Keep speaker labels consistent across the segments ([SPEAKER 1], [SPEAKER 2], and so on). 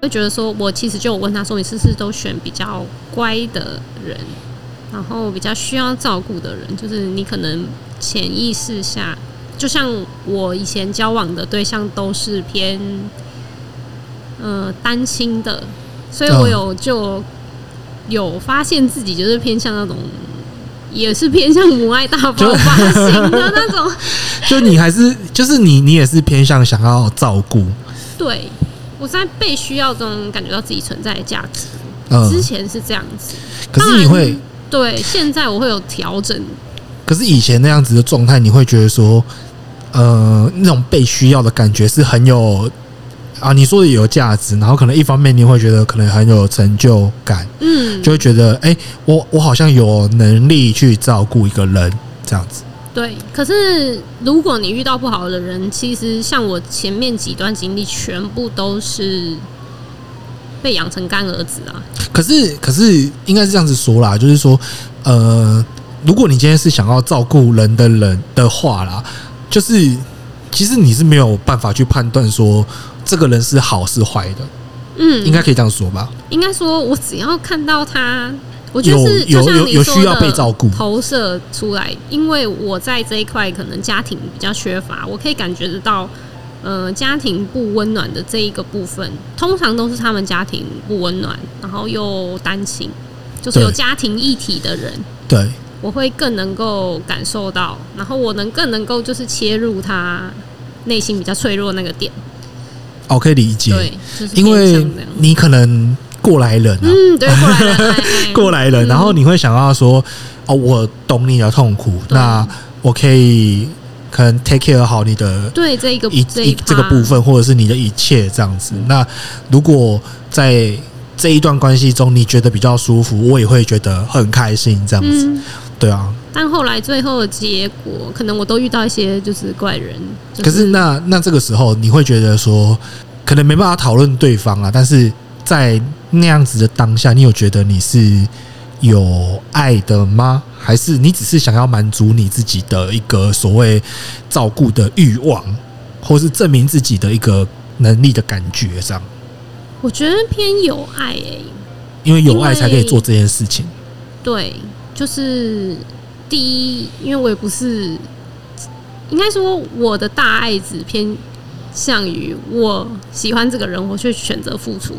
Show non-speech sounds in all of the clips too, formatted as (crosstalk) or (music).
[SPEAKER 1] 会觉得说，我其实就有问他说，你是不是都选比较乖的人，然后比较需要照顾的人，就是你可能潜意识下，就像我以前交往的对象都是偏，呃，单亲的，所以我有就有发现自己就是偏向那种。也是偏向母爱大爆发型的那种，
[SPEAKER 2] 就你还是就是你，你也是偏向想要照顾，
[SPEAKER 1] 对我在被需要中感觉到自己存在的价值。
[SPEAKER 2] 嗯
[SPEAKER 1] 之前是这样子，
[SPEAKER 2] 可是你
[SPEAKER 1] 当
[SPEAKER 2] 会
[SPEAKER 1] 然，对，现在我会有调整，
[SPEAKER 2] 可是以前那样子的状态，你会觉得说，呃，那种被需要的感觉是很有啊，你说的有价值，然后可能一方面你会觉得可能很有成就感，
[SPEAKER 1] 嗯，
[SPEAKER 2] 就会觉得哎、我我好像有能力去照顾一个人这样子，
[SPEAKER 1] 对。可是如果你遇到不好的人，其实像我前面几段经历，全部都是被养成干儿子啊，
[SPEAKER 2] 可是可是应该是这样子说啦，就是说，呃，如果你今天是想要照顾人的人的话啦，就是其实你是没有办法去判断说这个人是好是坏的，
[SPEAKER 1] 嗯，
[SPEAKER 2] 应该可以这样说吧？
[SPEAKER 1] 应该说，我只要看到他，我觉得是
[SPEAKER 2] 有
[SPEAKER 1] 就像
[SPEAKER 2] 有
[SPEAKER 1] 你
[SPEAKER 2] 有
[SPEAKER 1] 说
[SPEAKER 2] 需要
[SPEAKER 1] 的
[SPEAKER 2] 被照顾
[SPEAKER 1] 投射出来。因为我在这一块可能家庭比较缺乏，我可以感觉得到，呃，家庭不温暖的这一个部分，通常都是他们家庭不温暖，然后又单亲，就是有
[SPEAKER 2] 对
[SPEAKER 1] 家庭议题的人，
[SPEAKER 2] 对，
[SPEAKER 1] 我会更能够感受到，然后我能更能够就是切入他内心比较脆弱的那个点，
[SPEAKER 2] 哦，可以理解，
[SPEAKER 1] 对，就是
[SPEAKER 2] 因
[SPEAKER 1] 偏
[SPEAKER 2] 为
[SPEAKER 1] 向这样
[SPEAKER 2] 你可能过来人啊，
[SPEAKER 1] 嗯，对，过来人，哎哎
[SPEAKER 2] (laughs) 过来人，
[SPEAKER 1] 嗯
[SPEAKER 2] 然后你会想要说，哦，我懂你的痛苦，
[SPEAKER 1] 对
[SPEAKER 2] 那我可以可能 take care 好你的
[SPEAKER 1] 对嗯这一个
[SPEAKER 2] 一
[SPEAKER 1] 这
[SPEAKER 2] 一
[SPEAKER 1] 趴
[SPEAKER 2] 这个部，分，或者是你的一切这样子。那如果在这一段关系中，你觉得比较舒服，我也会觉得很开心这样子，
[SPEAKER 1] 嗯，
[SPEAKER 2] 对啊。
[SPEAKER 1] 但后来最后的结果，可能我都遇到一些就是怪人，就
[SPEAKER 2] 可是那那这个时候，你会觉得说，可能没办法讨论对方啊，但是在那样子的当下，你有觉得你是有爱的吗？还是你只是想要满足你自己的一个所谓照顾的欲望，或是证明自己的一个能力的感觉这样？
[SPEAKER 1] 我觉得偏有爱欸诶、
[SPEAKER 2] 因为有爱
[SPEAKER 1] 因为
[SPEAKER 2] 才可以做这件事情。
[SPEAKER 1] 对，就是第一，因为我也不是，应该说我的大爱只偏向于我喜欢这个人，我去选择付出。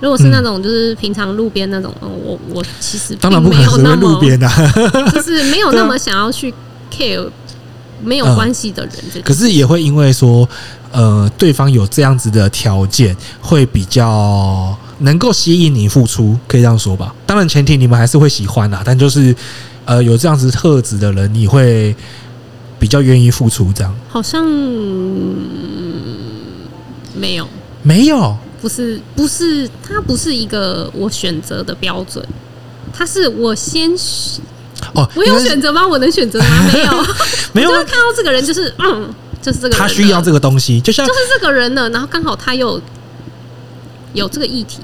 [SPEAKER 1] 如果是那种就是平常路边那种，嗯我我其实
[SPEAKER 2] 嗯当然不
[SPEAKER 1] 并
[SPEAKER 2] 可
[SPEAKER 1] 没
[SPEAKER 2] 能
[SPEAKER 1] 有
[SPEAKER 2] 只会
[SPEAKER 1] 那么
[SPEAKER 2] 路边啊，
[SPEAKER 1] (laughs)
[SPEAKER 2] (laughs)
[SPEAKER 1] 就是没有那么想要去 care 没有
[SPEAKER 2] 嗯
[SPEAKER 1] 关系的人这
[SPEAKER 2] 可
[SPEAKER 1] 种，
[SPEAKER 2] 是也会因为说，呃，对方有这样子的条件，会比较能够吸引你付出，可以这样说吧。当然，前提你们还是会喜欢啦，但就是呃，有这样子特质的人，你会比较愿意付出，这样
[SPEAKER 1] 好像、嗯没有，
[SPEAKER 2] 没有
[SPEAKER 1] 不是不是，它不是一个我选择的标准，它是我先选
[SPEAKER 2] 哦？
[SPEAKER 1] 我
[SPEAKER 2] 应
[SPEAKER 1] 有
[SPEAKER 2] 该是
[SPEAKER 1] 选择吗？我能选择吗？ (laughs) 没有，
[SPEAKER 2] 没有
[SPEAKER 1] 我就会看到这个人就是嗯，就是这个人了，
[SPEAKER 2] 他需要这个东西，就像
[SPEAKER 1] 就是这个人了，然后刚好他又有这个议题，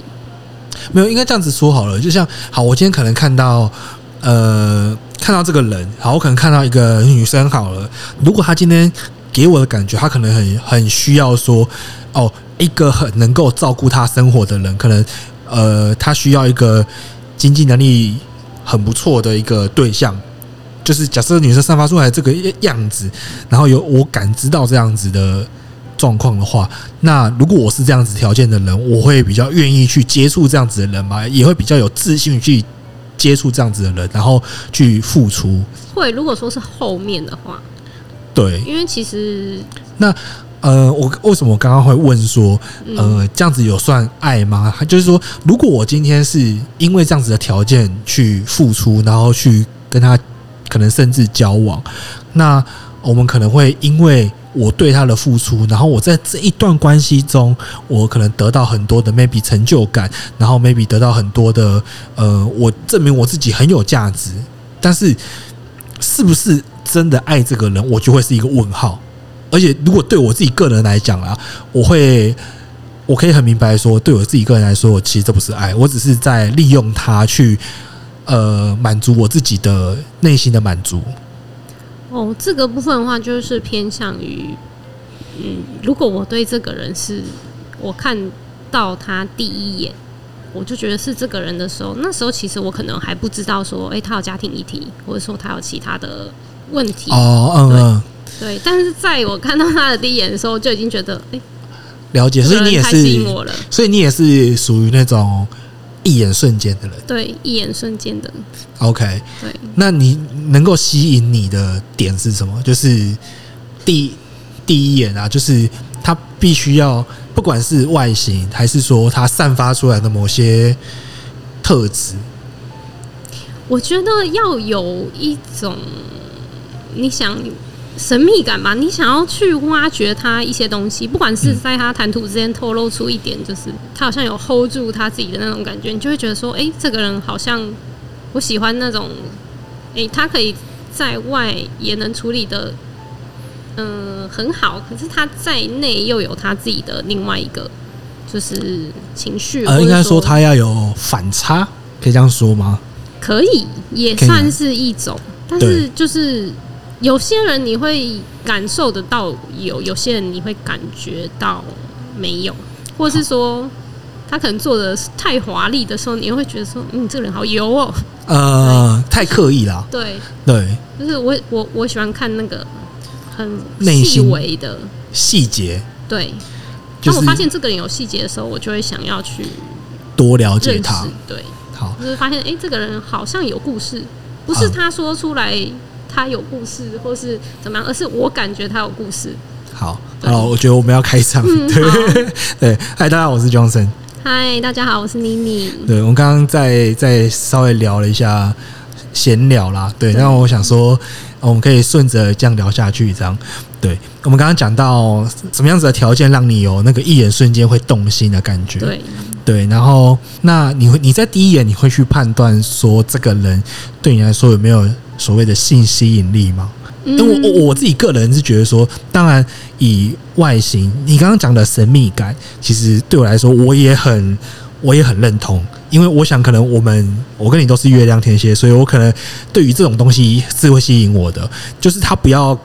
[SPEAKER 2] 没有，应该这样子说好了。就像好，我今天可能看到呃，看到这个人，好，我可能看到一个女生好了。如果她今天给我的感觉，她可能很很需要说，哦，一个很能够照顾她生活的人，可能呃，她需要一个经济能力很不错的一个对象。就是假设女生散发出来这个样子，然后有我感知到这样子的状况的话，那如果我是这样子条件的人，我会比较愿意去接触这样子的人嘛，也会比较有自信去接触这样子的人，然后去付出。
[SPEAKER 1] 会如果说是后面的话，
[SPEAKER 2] 对，
[SPEAKER 1] 因为其实
[SPEAKER 2] 那呃，我为什么我刚刚会问说，
[SPEAKER 1] 嗯
[SPEAKER 2] 呃，这样子有算爱吗？还就是说，如果我今天是因为这样子的条件去付出，然后去跟他可能甚至交往，那我们可能会因为我对他的付出，然后我在这一段关系中，我可能得到很多的 maybe 成就感，然后 maybe 得到很多的呃，我证明我自己很有价值，但是是不是真的爱这个人，我就会是一个问号。而且如果对我自己个人来讲啦，我会我可以很明白说，对我自己个人来说，其实这不是爱，我只是在利用它去呃满足我自己的内心的满足。
[SPEAKER 1] 哦，这个部分的话，就是偏向于，嗯，如果我对这个人是我看到他第一眼，我就觉得是这个人的时候，那时候其实我可能还不知道说，诶，他有家庭议题，或者说他有其他的问题。
[SPEAKER 2] 哦，嗯嗯，
[SPEAKER 1] 对，但是在我看到他的第一眼的时候，就已经觉得，诶，
[SPEAKER 2] 了解。
[SPEAKER 1] 这
[SPEAKER 2] 所以
[SPEAKER 1] 个
[SPEAKER 2] 你也
[SPEAKER 1] 人太吸引
[SPEAKER 2] 是，
[SPEAKER 1] 我了。
[SPEAKER 2] 所以你也是属于那种一眼瞬间的人。
[SPEAKER 1] 对，一眼瞬间的，
[SPEAKER 2] OK，
[SPEAKER 1] 对，
[SPEAKER 2] 那你能够吸引你的点是什么？就是第第一眼啊，就是他必须要，不管是外形还是说他散发出来的某些特质，
[SPEAKER 1] 我觉得要有一种你想神秘感吧，你想要去挖掘他一些东西，不管是在他谈吐之间透露出一点，就是他好像有 hold 住他自己的那种感觉，你就会觉得说，诶，这个人好像我喜欢那种，诶，他可以在外也能处理的，嗯、很好，可是他在内又有他自己的另外一个。就是情绪，
[SPEAKER 2] 呃，
[SPEAKER 1] 或者
[SPEAKER 2] 应该说他要有反差，可以这样说吗？
[SPEAKER 1] 可以，也
[SPEAKER 2] 可以啊
[SPEAKER 1] 算是一种，但
[SPEAKER 2] 对
[SPEAKER 1] 是就是有些人你会感受得到有，有些人你会感觉到没有，或是说他可能做的太华丽的时候，你会觉得说，嗯，这个人好油哦。
[SPEAKER 2] 呃，太刻意啦，
[SPEAKER 1] 对，
[SPEAKER 2] 对，
[SPEAKER 1] 就是我我我喜欢看那个很
[SPEAKER 2] 内
[SPEAKER 1] 细
[SPEAKER 2] 心
[SPEAKER 1] 微的，
[SPEAKER 2] 细节
[SPEAKER 1] 对。
[SPEAKER 2] 就
[SPEAKER 1] 当
[SPEAKER 2] 是
[SPEAKER 1] 我发现这个人有细节的时候，我就会想要去
[SPEAKER 2] 多了解
[SPEAKER 1] 认识
[SPEAKER 2] 他。，
[SPEAKER 1] 对。
[SPEAKER 2] 好，
[SPEAKER 1] 就是发现，哎、这个人好像有故事，不是
[SPEAKER 2] 嗯
[SPEAKER 1] 他说出来他有故事，或是怎么样，而是我感觉他有故事。
[SPEAKER 2] 好，
[SPEAKER 1] 对
[SPEAKER 2] 好，我觉得我们要开场，
[SPEAKER 1] 嗯
[SPEAKER 2] 对， (laughs) 对，嗨，大家好，我是 Johnson。
[SPEAKER 1] 嗨，大家好，我是妮妮。
[SPEAKER 2] 对，我们刚刚在在稍微聊了一下闲聊啦，对，
[SPEAKER 1] 对
[SPEAKER 2] 那我想说，呃我们可以顺着这样聊下去，这样，对，我们刚刚讲到什么样子的条件让你有那个一眼瞬间会动心的感觉，
[SPEAKER 1] 对，
[SPEAKER 2] 对，然后那你会你在第一眼你会去判断说这个人对你来说有没有所谓的性吸引力吗？
[SPEAKER 1] 嗯
[SPEAKER 2] 因为我我我自己个人是觉得说，当然以外形，你刚刚讲的神秘感，其实对我来说，我也很我也很认同，因为我想可能我们我跟你都是月亮天蝎，所以我可能对于这种东西是会吸引我的，就是他不要。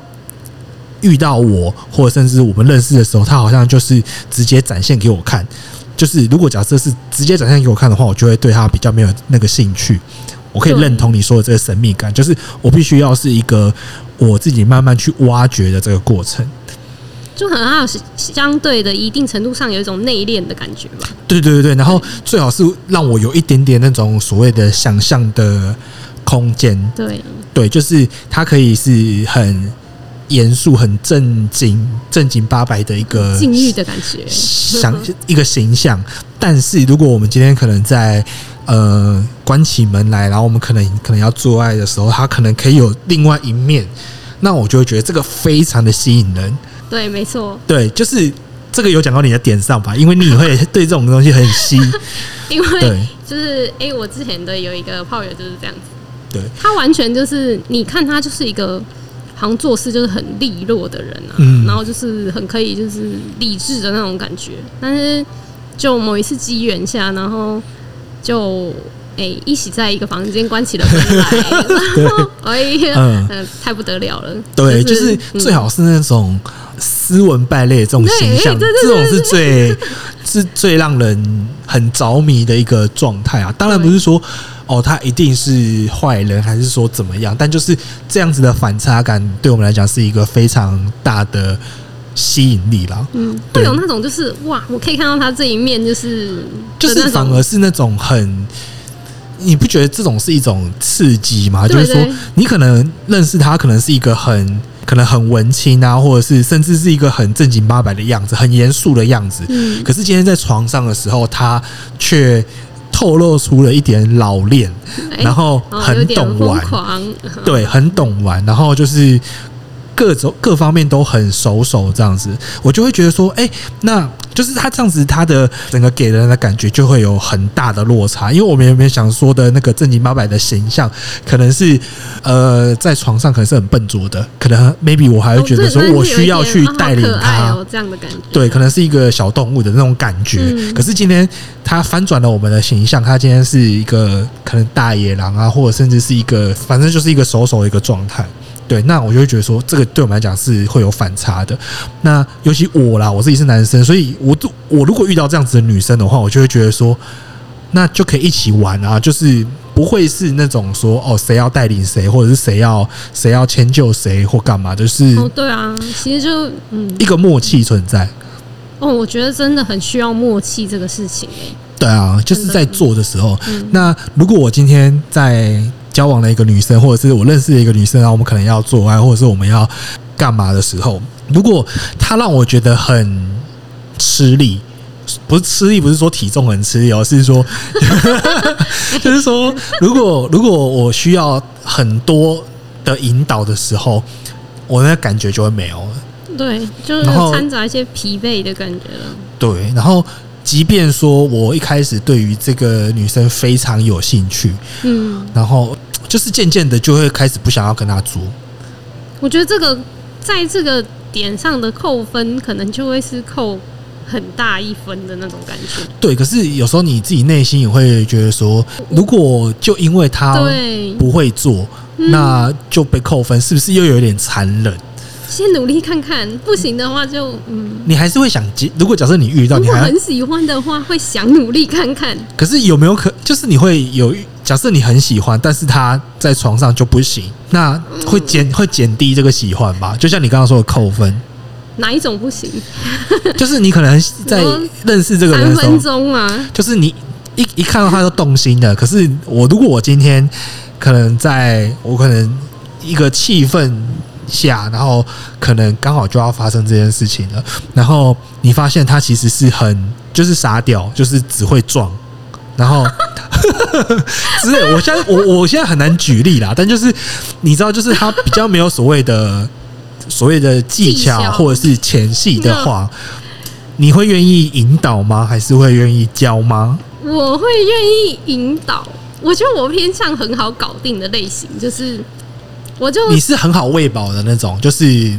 [SPEAKER 2] 遇到我，或者甚至我们认识的时候，他好像就是直接展现给我看。就是如果假设是直接展现给我看的话，我就会对他比较没有那个兴趣。我可以
[SPEAKER 1] 对
[SPEAKER 2] 认同你说的这个神秘感，就是我必须要是一个我自己慢慢去挖掘的这个过程。
[SPEAKER 1] 就很好，相对的一定程度上有一种内敛的感觉吧。
[SPEAKER 2] 对对对对，然后最好是让我有一点点那种所谓的想象的空间。
[SPEAKER 1] 对，
[SPEAKER 2] 对，就是它可以是很严肃、很正经、正经八百的一个
[SPEAKER 1] 禁欲的感觉。
[SPEAKER 2] 想一个形象。但是如果我们今天可能在呃关起门来，然后我们可能可能要做爱的时候，他可能可以有另外一面，那我就会觉得这个非常的吸引人。
[SPEAKER 1] 对，没错，
[SPEAKER 2] 对，就是这个有讲到你的点上吧，因为你也会对这种东西很吸。
[SPEAKER 1] 因为
[SPEAKER 2] 对
[SPEAKER 1] 就是哎、诶我之前的有一个炮友就是这样子，
[SPEAKER 2] 对，
[SPEAKER 1] 他完全就是你看他就是一个好像做事就是很利落的人啊，
[SPEAKER 2] 嗯
[SPEAKER 1] 然后就是很可以就是理智的那种感觉。但是就某一次机缘下，然后就诶、一起在一个房间关起了门
[SPEAKER 2] (laughs)
[SPEAKER 1] 来，然后哎呀，
[SPEAKER 2] 嗯
[SPEAKER 1] 嗯、太不得了了。
[SPEAKER 2] 对，就是
[SPEAKER 1] 嗯
[SPEAKER 2] 最好是那种斯文败类的这种形象，
[SPEAKER 1] 对对
[SPEAKER 2] 这
[SPEAKER 1] 对
[SPEAKER 2] 种
[SPEAKER 1] 对
[SPEAKER 2] 是最是最让人很着迷的一个状态啊。当然不是说哦，他一定是坏人，还是说怎么样，但就是这样子的反差感，对我们来讲是一个非常大的吸引力啦。
[SPEAKER 1] 嗯，
[SPEAKER 2] 对
[SPEAKER 1] 会有那种就是哇，我可以看到他这一面，就是
[SPEAKER 2] 就是
[SPEAKER 1] 的那
[SPEAKER 2] 反
[SPEAKER 1] 种
[SPEAKER 2] 而是那种很，你不觉得这种是一种刺激吗？
[SPEAKER 1] 对
[SPEAKER 2] 就是说
[SPEAKER 1] 对，
[SPEAKER 2] 你可能认识他，可能是一个很可能很文青啊，或者是甚至是一个很正经八百的样子，很严肃的样子。
[SPEAKER 1] 嗯
[SPEAKER 2] 可是今天在床上的时候，他却透露出了一点老练，
[SPEAKER 1] 哎
[SPEAKER 2] 然后
[SPEAKER 1] 哦
[SPEAKER 2] 很
[SPEAKER 1] 有点
[SPEAKER 2] 懂
[SPEAKER 1] 疯
[SPEAKER 2] 玩
[SPEAKER 1] 狂，
[SPEAKER 2] 对，很懂玩，然后就是各种各方面都很熟手这样子，我就会觉得说，哎、那就是他这样子，他的整个给人的感觉就会有很大的落差，因为我们原本想说的那个正经八百的形象，可能是呃在床上可能是很笨拙的，可能 maybe 我还会觉得说
[SPEAKER 1] 哦对
[SPEAKER 2] 我
[SPEAKER 1] 那是有一
[SPEAKER 2] 需要
[SPEAKER 1] 点啊
[SPEAKER 2] 去
[SPEAKER 1] 好
[SPEAKER 2] 带领
[SPEAKER 1] 可爱
[SPEAKER 2] 他。
[SPEAKER 1] 哦，这样的感觉。
[SPEAKER 2] 对，可能是一个小动物的那种感觉。
[SPEAKER 1] 嗯
[SPEAKER 2] 可是今天他翻转了我们的形象，他今天是一个可能大野狼啊，或者甚至是一个，反正就是一个手手的一个状态。对，那我就会觉得说，这个对我们来讲是会有反差的。那尤其我啦，我自己是男生，所以我都我如果遇到这样子的女生的话，我就会觉得说，那就可以一起玩啊，就是不会是那种说哦谁要带领谁，或者是谁要谁要迁就谁或干嘛，就是
[SPEAKER 1] 哦，对啊，其实就嗯，
[SPEAKER 2] 一个默契存在。
[SPEAKER 1] 哦，我觉得真的很需要默契这个事情哎、
[SPEAKER 2] 对啊，就是在做的时候。
[SPEAKER 1] 嗯
[SPEAKER 2] 那如果我今天在交往了一个女生，或者是我认识了一个女生，然后我们可能要做爱，或者是我们要干嘛的时候，如果她让我觉得很吃力，不是吃力，不是说体重很吃力哦，是说， (laughs) 就是说，如果如果我需要很多的引导的时候，我那感觉就会没有了。
[SPEAKER 1] 对，就是
[SPEAKER 2] 然后
[SPEAKER 1] 掺杂一些疲惫的感觉了。
[SPEAKER 2] 对，然后即便说我一开始对于这个女生非常有兴趣，
[SPEAKER 1] 嗯，
[SPEAKER 2] 然后就是渐渐的就会开始不想要跟他做。
[SPEAKER 1] 我觉得这个在这个点上的扣分，可能就会是扣很大一分的那种感觉。
[SPEAKER 2] 对，可是有时候你自己内心也会觉得说，如果就因为他
[SPEAKER 1] 对，
[SPEAKER 2] 不会做，
[SPEAKER 1] 嗯
[SPEAKER 2] 那就被扣分，是不是又有点残忍？
[SPEAKER 1] 先努力看看，不行的话就嗯，
[SPEAKER 2] 你还是会想接。如果假设你遇到，
[SPEAKER 1] 如
[SPEAKER 2] 你
[SPEAKER 1] 果
[SPEAKER 2] 还
[SPEAKER 1] 很喜欢的话，会想努力看看。
[SPEAKER 2] 可是有没有可，就是你会有假设你很喜欢，但是他在床上就不行，那会
[SPEAKER 1] 嗯
[SPEAKER 2] 减会减低这个喜欢吧？就像你刚刚说的扣分，
[SPEAKER 1] 哪一种不行？
[SPEAKER 2] 就是你可能在
[SPEAKER 1] 说
[SPEAKER 2] 认识这个
[SPEAKER 1] 三
[SPEAKER 2] 人的时候
[SPEAKER 1] 分，钟啊，
[SPEAKER 2] 就是你一一看到他就动心的。可是我如果我今天可能在我可能一个气氛下，然后可能刚好就要发生这件事情了，然后你发现他其实是很就是傻屌，就是只会撞，然
[SPEAKER 1] (laughs)
[SPEAKER 2] 后。之类，我现在我我现在很难举例啦，但就是你知道，就是他比较没有所谓的所谓的技巧
[SPEAKER 1] 技巧
[SPEAKER 2] 或者是前戏的话，你会愿意引导吗？还是会愿意教吗？
[SPEAKER 1] 我会愿意引导。我觉得我偏向很好搞定的类型，就是我就
[SPEAKER 2] 你是很好喂饱的那种，就是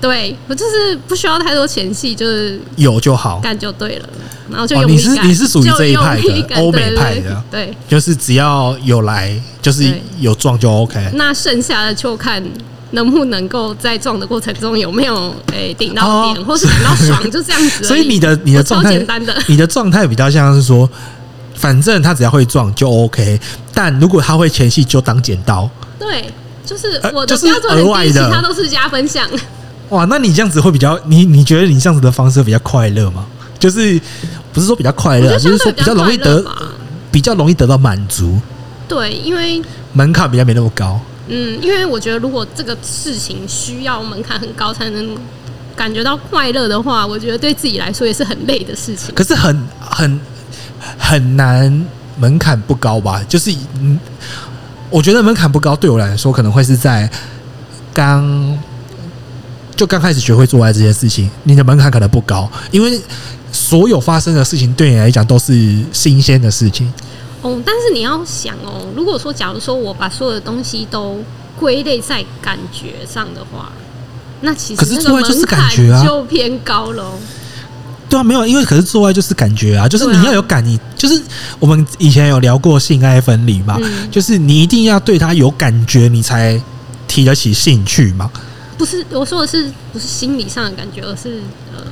[SPEAKER 1] 对我就是不需要太多前戏，就是
[SPEAKER 2] 有就好，
[SPEAKER 1] 干就对了，然后就
[SPEAKER 2] 哦
[SPEAKER 1] 用力
[SPEAKER 2] 你是
[SPEAKER 1] 干
[SPEAKER 2] 你是属于这一派的
[SPEAKER 1] 就用力干
[SPEAKER 2] 欧美
[SPEAKER 1] 对对
[SPEAKER 2] 派的啊
[SPEAKER 1] 对。对
[SPEAKER 2] 就是只要有来，就是
[SPEAKER 1] 对嗯
[SPEAKER 2] 有撞就 OK。
[SPEAKER 1] 那剩下的就看能不能够在撞的过程中有没有诶顶、到点，
[SPEAKER 2] 哦
[SPEAKER 1] 或是顶
[SPEAKER 2] (laughs)
[SPEAKER 1] 到爽，就这样子而已。
[SPEAKER 2] 所以你的你的
[SPEAKER 1] 我
[SPEAKER 2] 状
[SPEAKER 1] 超
[SPEAKER 2] 态
[SPEAKER 1] 简，单的，
[SPEAKER 2] (laughs) 你的状态比较像是说，反正他只要会撞就 OK，但如果他会前戏就当剪刀。
[SPEAKER 1] 对，就是
[SPEAKER 2] 呃
[SPEAKER 1] 我
[SPEAKER 2] 就
[SPEAKER 1] 的
[SPEAKER 2] 是
[SPEAKER 1] 标准
[SPEAKER 2] 额
[SPEAKER 1] 很
[SPEAKER 2] 外
[SPEAKER 1] 低，其
[SPEAKER 2] 的
[SPEAKER 1] 他都是加分项。
[SPEAKER 2] 哇，那你这样子会比较，你你觉得你这样子的方式比较快乐吗？就是不是说比较快
[SPEAKER 1] 我觉
[SPEAKER 2] 乐啊，
[SPEAKER 1] 得
[SPEAKER 2] 就是
[SPEAKER 1] 相
[SPEAKER 2] 说
[SPEAKER 1] 对
[SPEAKER 2] 比
[SPEAKER 1] 较
[SPEAKER 2] 较容易
[SPEAKER 1] 快乐
[SPEAKER 2] 得
[SPEAKER 1] 吧
[SPEAKER 2] 比较容易得到满足，
[SPEAKER 1] 对，因为
[SPEAKER 2] 门槛比较没那么高。
[SPEAKER 1] 嗯，因为我觉得如果这个事情需要门槛很高才能感觉到快乐的话，我觉得对自己来说也是很累的事情。
[SPEAKER 2] 可是很很很难，门槛不高吧？就是嗯，我觉得门槛不高，对我来说可能会是在刚就刚开始学会做爱这件事情，你的门槛可能不高，因为所有发生的事情对你来讲都是新鲜的事情。
[SPEAKER 1] 哦，但是你要想哦，如果说假如说我把所有的东西都归类在感觉上的话，那其
[SPEAKER 2] 可
[SPEAKER 1] 实
[SPEAKER 2] 是
[SPEAKER 1] 那
[SPEAKER 2] 做
[SPEAKER 1] 个
[SPEAKER 2] 爱就是
[SPEAKER 1] 门
[SPEAKER 2] 感
[SPEAKER 1] 槛
[SPEAKER 2] 觉啊
[SPEAKER 1] 就偏高喽。
[SPEAKER 2] 对啊，没有，因为可是做爱就是感觉啊，就是
[SPEAKER 1] 对啊
[SPEAKER 2] 你要有感，你就是我们以前有聊过性爱分离嘛，
[SPEAKER 1] 嗯
[SPEAKER 2] 就是你一定要对他有感觉，你才提得起兴趣嘛。
[SPEAKER 1] 不是我说的是不是心理上的感觉，而是呃，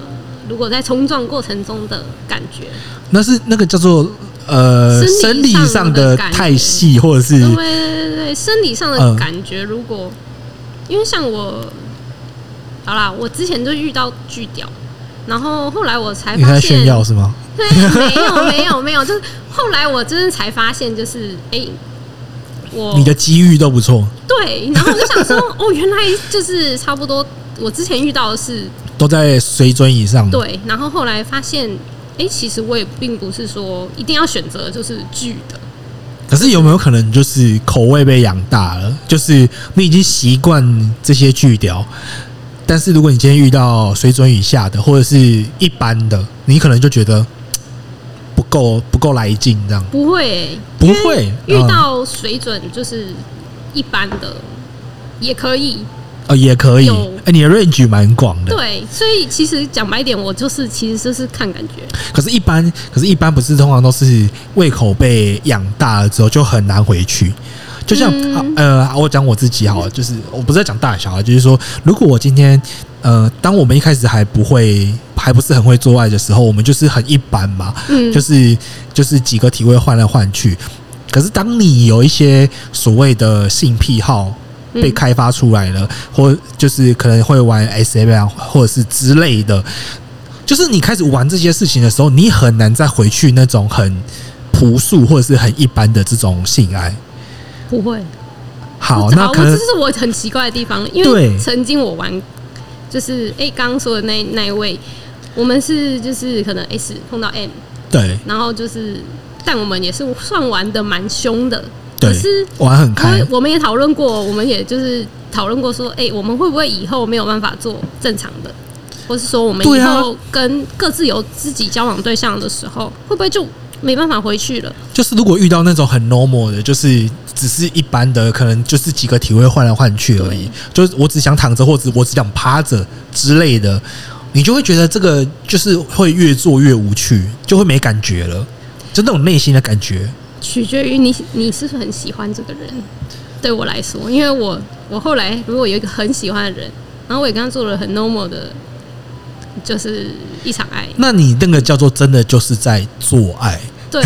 [SPEAKER 1] 如果在冲撞过程中的感觉，
[SPEAKER 2] 那是那个叫做呃生
[SPEAKER 1] 生
[SPEAKER 2] 理
[SPEAKER 1] 理
[SPEAKER 2] 上
[SPEAKER 1] 上
[SPEAKER 2] 的
[SPEAKER 1] 的感觉
[SPEAKER 2] 太细，或者是
[SPEAKER 1] 对对对，生理上的
[SPEAKER 2] 嗯
[SPEAKER 1] 感觉，如果、因为像我，好啦，我之前就遇到巨屌，然后后来我才
[SPEAKER 2] 你
[SPEAKER 1] 发
[SPEAKER 2] 在
[SPEAKER 1] 现
[SPEAKER 2] 炫耀是吗？
[SPEAKER 1] 对，没有没有没有，就是后来我真的才发现，就是哎、我
[SPEAKER 2] 你的机遇都不错，
[SPEAKER 1] 对，然后我就想说，哦，原来就是差不多，我之前遇到的是
[SPEAKER 2] 都在水准以上。
[SPEAKER 1] 对，然后后来发现，哎、其实我也并不是说一定要选择就是剧的，
[SPEAKER 2] 可是有没有可能就是口味被养大了？就是你已经习惯这些句调，但是如果你今天遇到水准以下的或者是一般的，你可能就觉得嘖不够不够来劲，这样
[SPEAKER 1] 不会、诶
[SPEAKER 2] 不会
[SPEAKER 1] 遇
[SPEAKER 2] 嗯
[SPEAKER 1] 到水准就是一般的。也可以，
[SPEAKER 2] 哦也可以。
[SPEAKER 1] 有
[SPEAKER 2] 哎、你的 range 蛮广的，
[SPEAKER 1] 对，所以其实讲白一点，我就是其实就是看感觉，
[SPEAKER 2] 可是，一般可是一般不是通常都是胃口被养大了之后就很难回去，就像、
[SPEAKER 1] 嗯
[SPEAKER 2] 啊呃，我讲我自己好了，就是我不是在讲大小啊，就是说，如果我今天呃，当我们一开始还不会，还不是很会做爱的时候，我们就是很一般嘛，
[SPEAKER 1] 嗯，
[SPEAKER 2] 就是就是几个体位换来换去。可是当你有一些所谓的性癖好被
[SPEAKER 1] 嗯
[SPEAKER 2] 开发出来了，或就是可能会玩 SM 啊，或者是之类的，就是你开始玩这些事情的时候，你很难再回去那种很朴素或者是很一般的这种性爱。
[SPEAKER 1] 不会。
[SPEAKER 2] 好，
[SPEAKER 1] 我
[SPEAKER 2] 那
[SPEAKER 1] 我
[SPEAKER 2] 可能
[SPEAKER 1] 这是我很奇怪的地方，因为
[SPEAKER 2] 对
[SPEAKER 1] 曾经我玩，就是哎刚刚说的那那一位，我们是就是可能 S 碰到 M，
[SPEAKER 2] 对
[SPEAKER 1] 然后就是但我们也是算玩的蛮凶的，可
[SPEAKER 2] 对
[SPEAKER 1] 是
[SPEAKER 2] 玩很
[SPEAKER 1] 因
[SPEAKER 2] 开
[SPEAKER 1] 为，我们也讨论过，我们也就是讨论过说，哎、我们会不会以后没有办法做正常的，或是说我们以
[SPEAKER 2] 对啊
[SPEAKER 1] 后跟各自有自己交往对象的时候，会不会就没办法回去了？
[SPEAKER 2] 就是如果遇到那种很 normal 的，就是只是一般的，可能就是几个体位换来换去而已，就是我只想躺着或者我只想趴着之类的，你就会觉得这个就是会越做越无趣，就会没感觉了，就那种内心的感觉。
[SPEAKER 1] 取决于你你是不是很喜欢这个人。对我来说，因为我我后来如果有一个很喜欢的人，然后我也跟他做了很 normal 的，就是一场爱，
[SPEAKER 2] 那你那个叫做真的就是在做爱。 (laughs)
[SPEAKER 1] 对，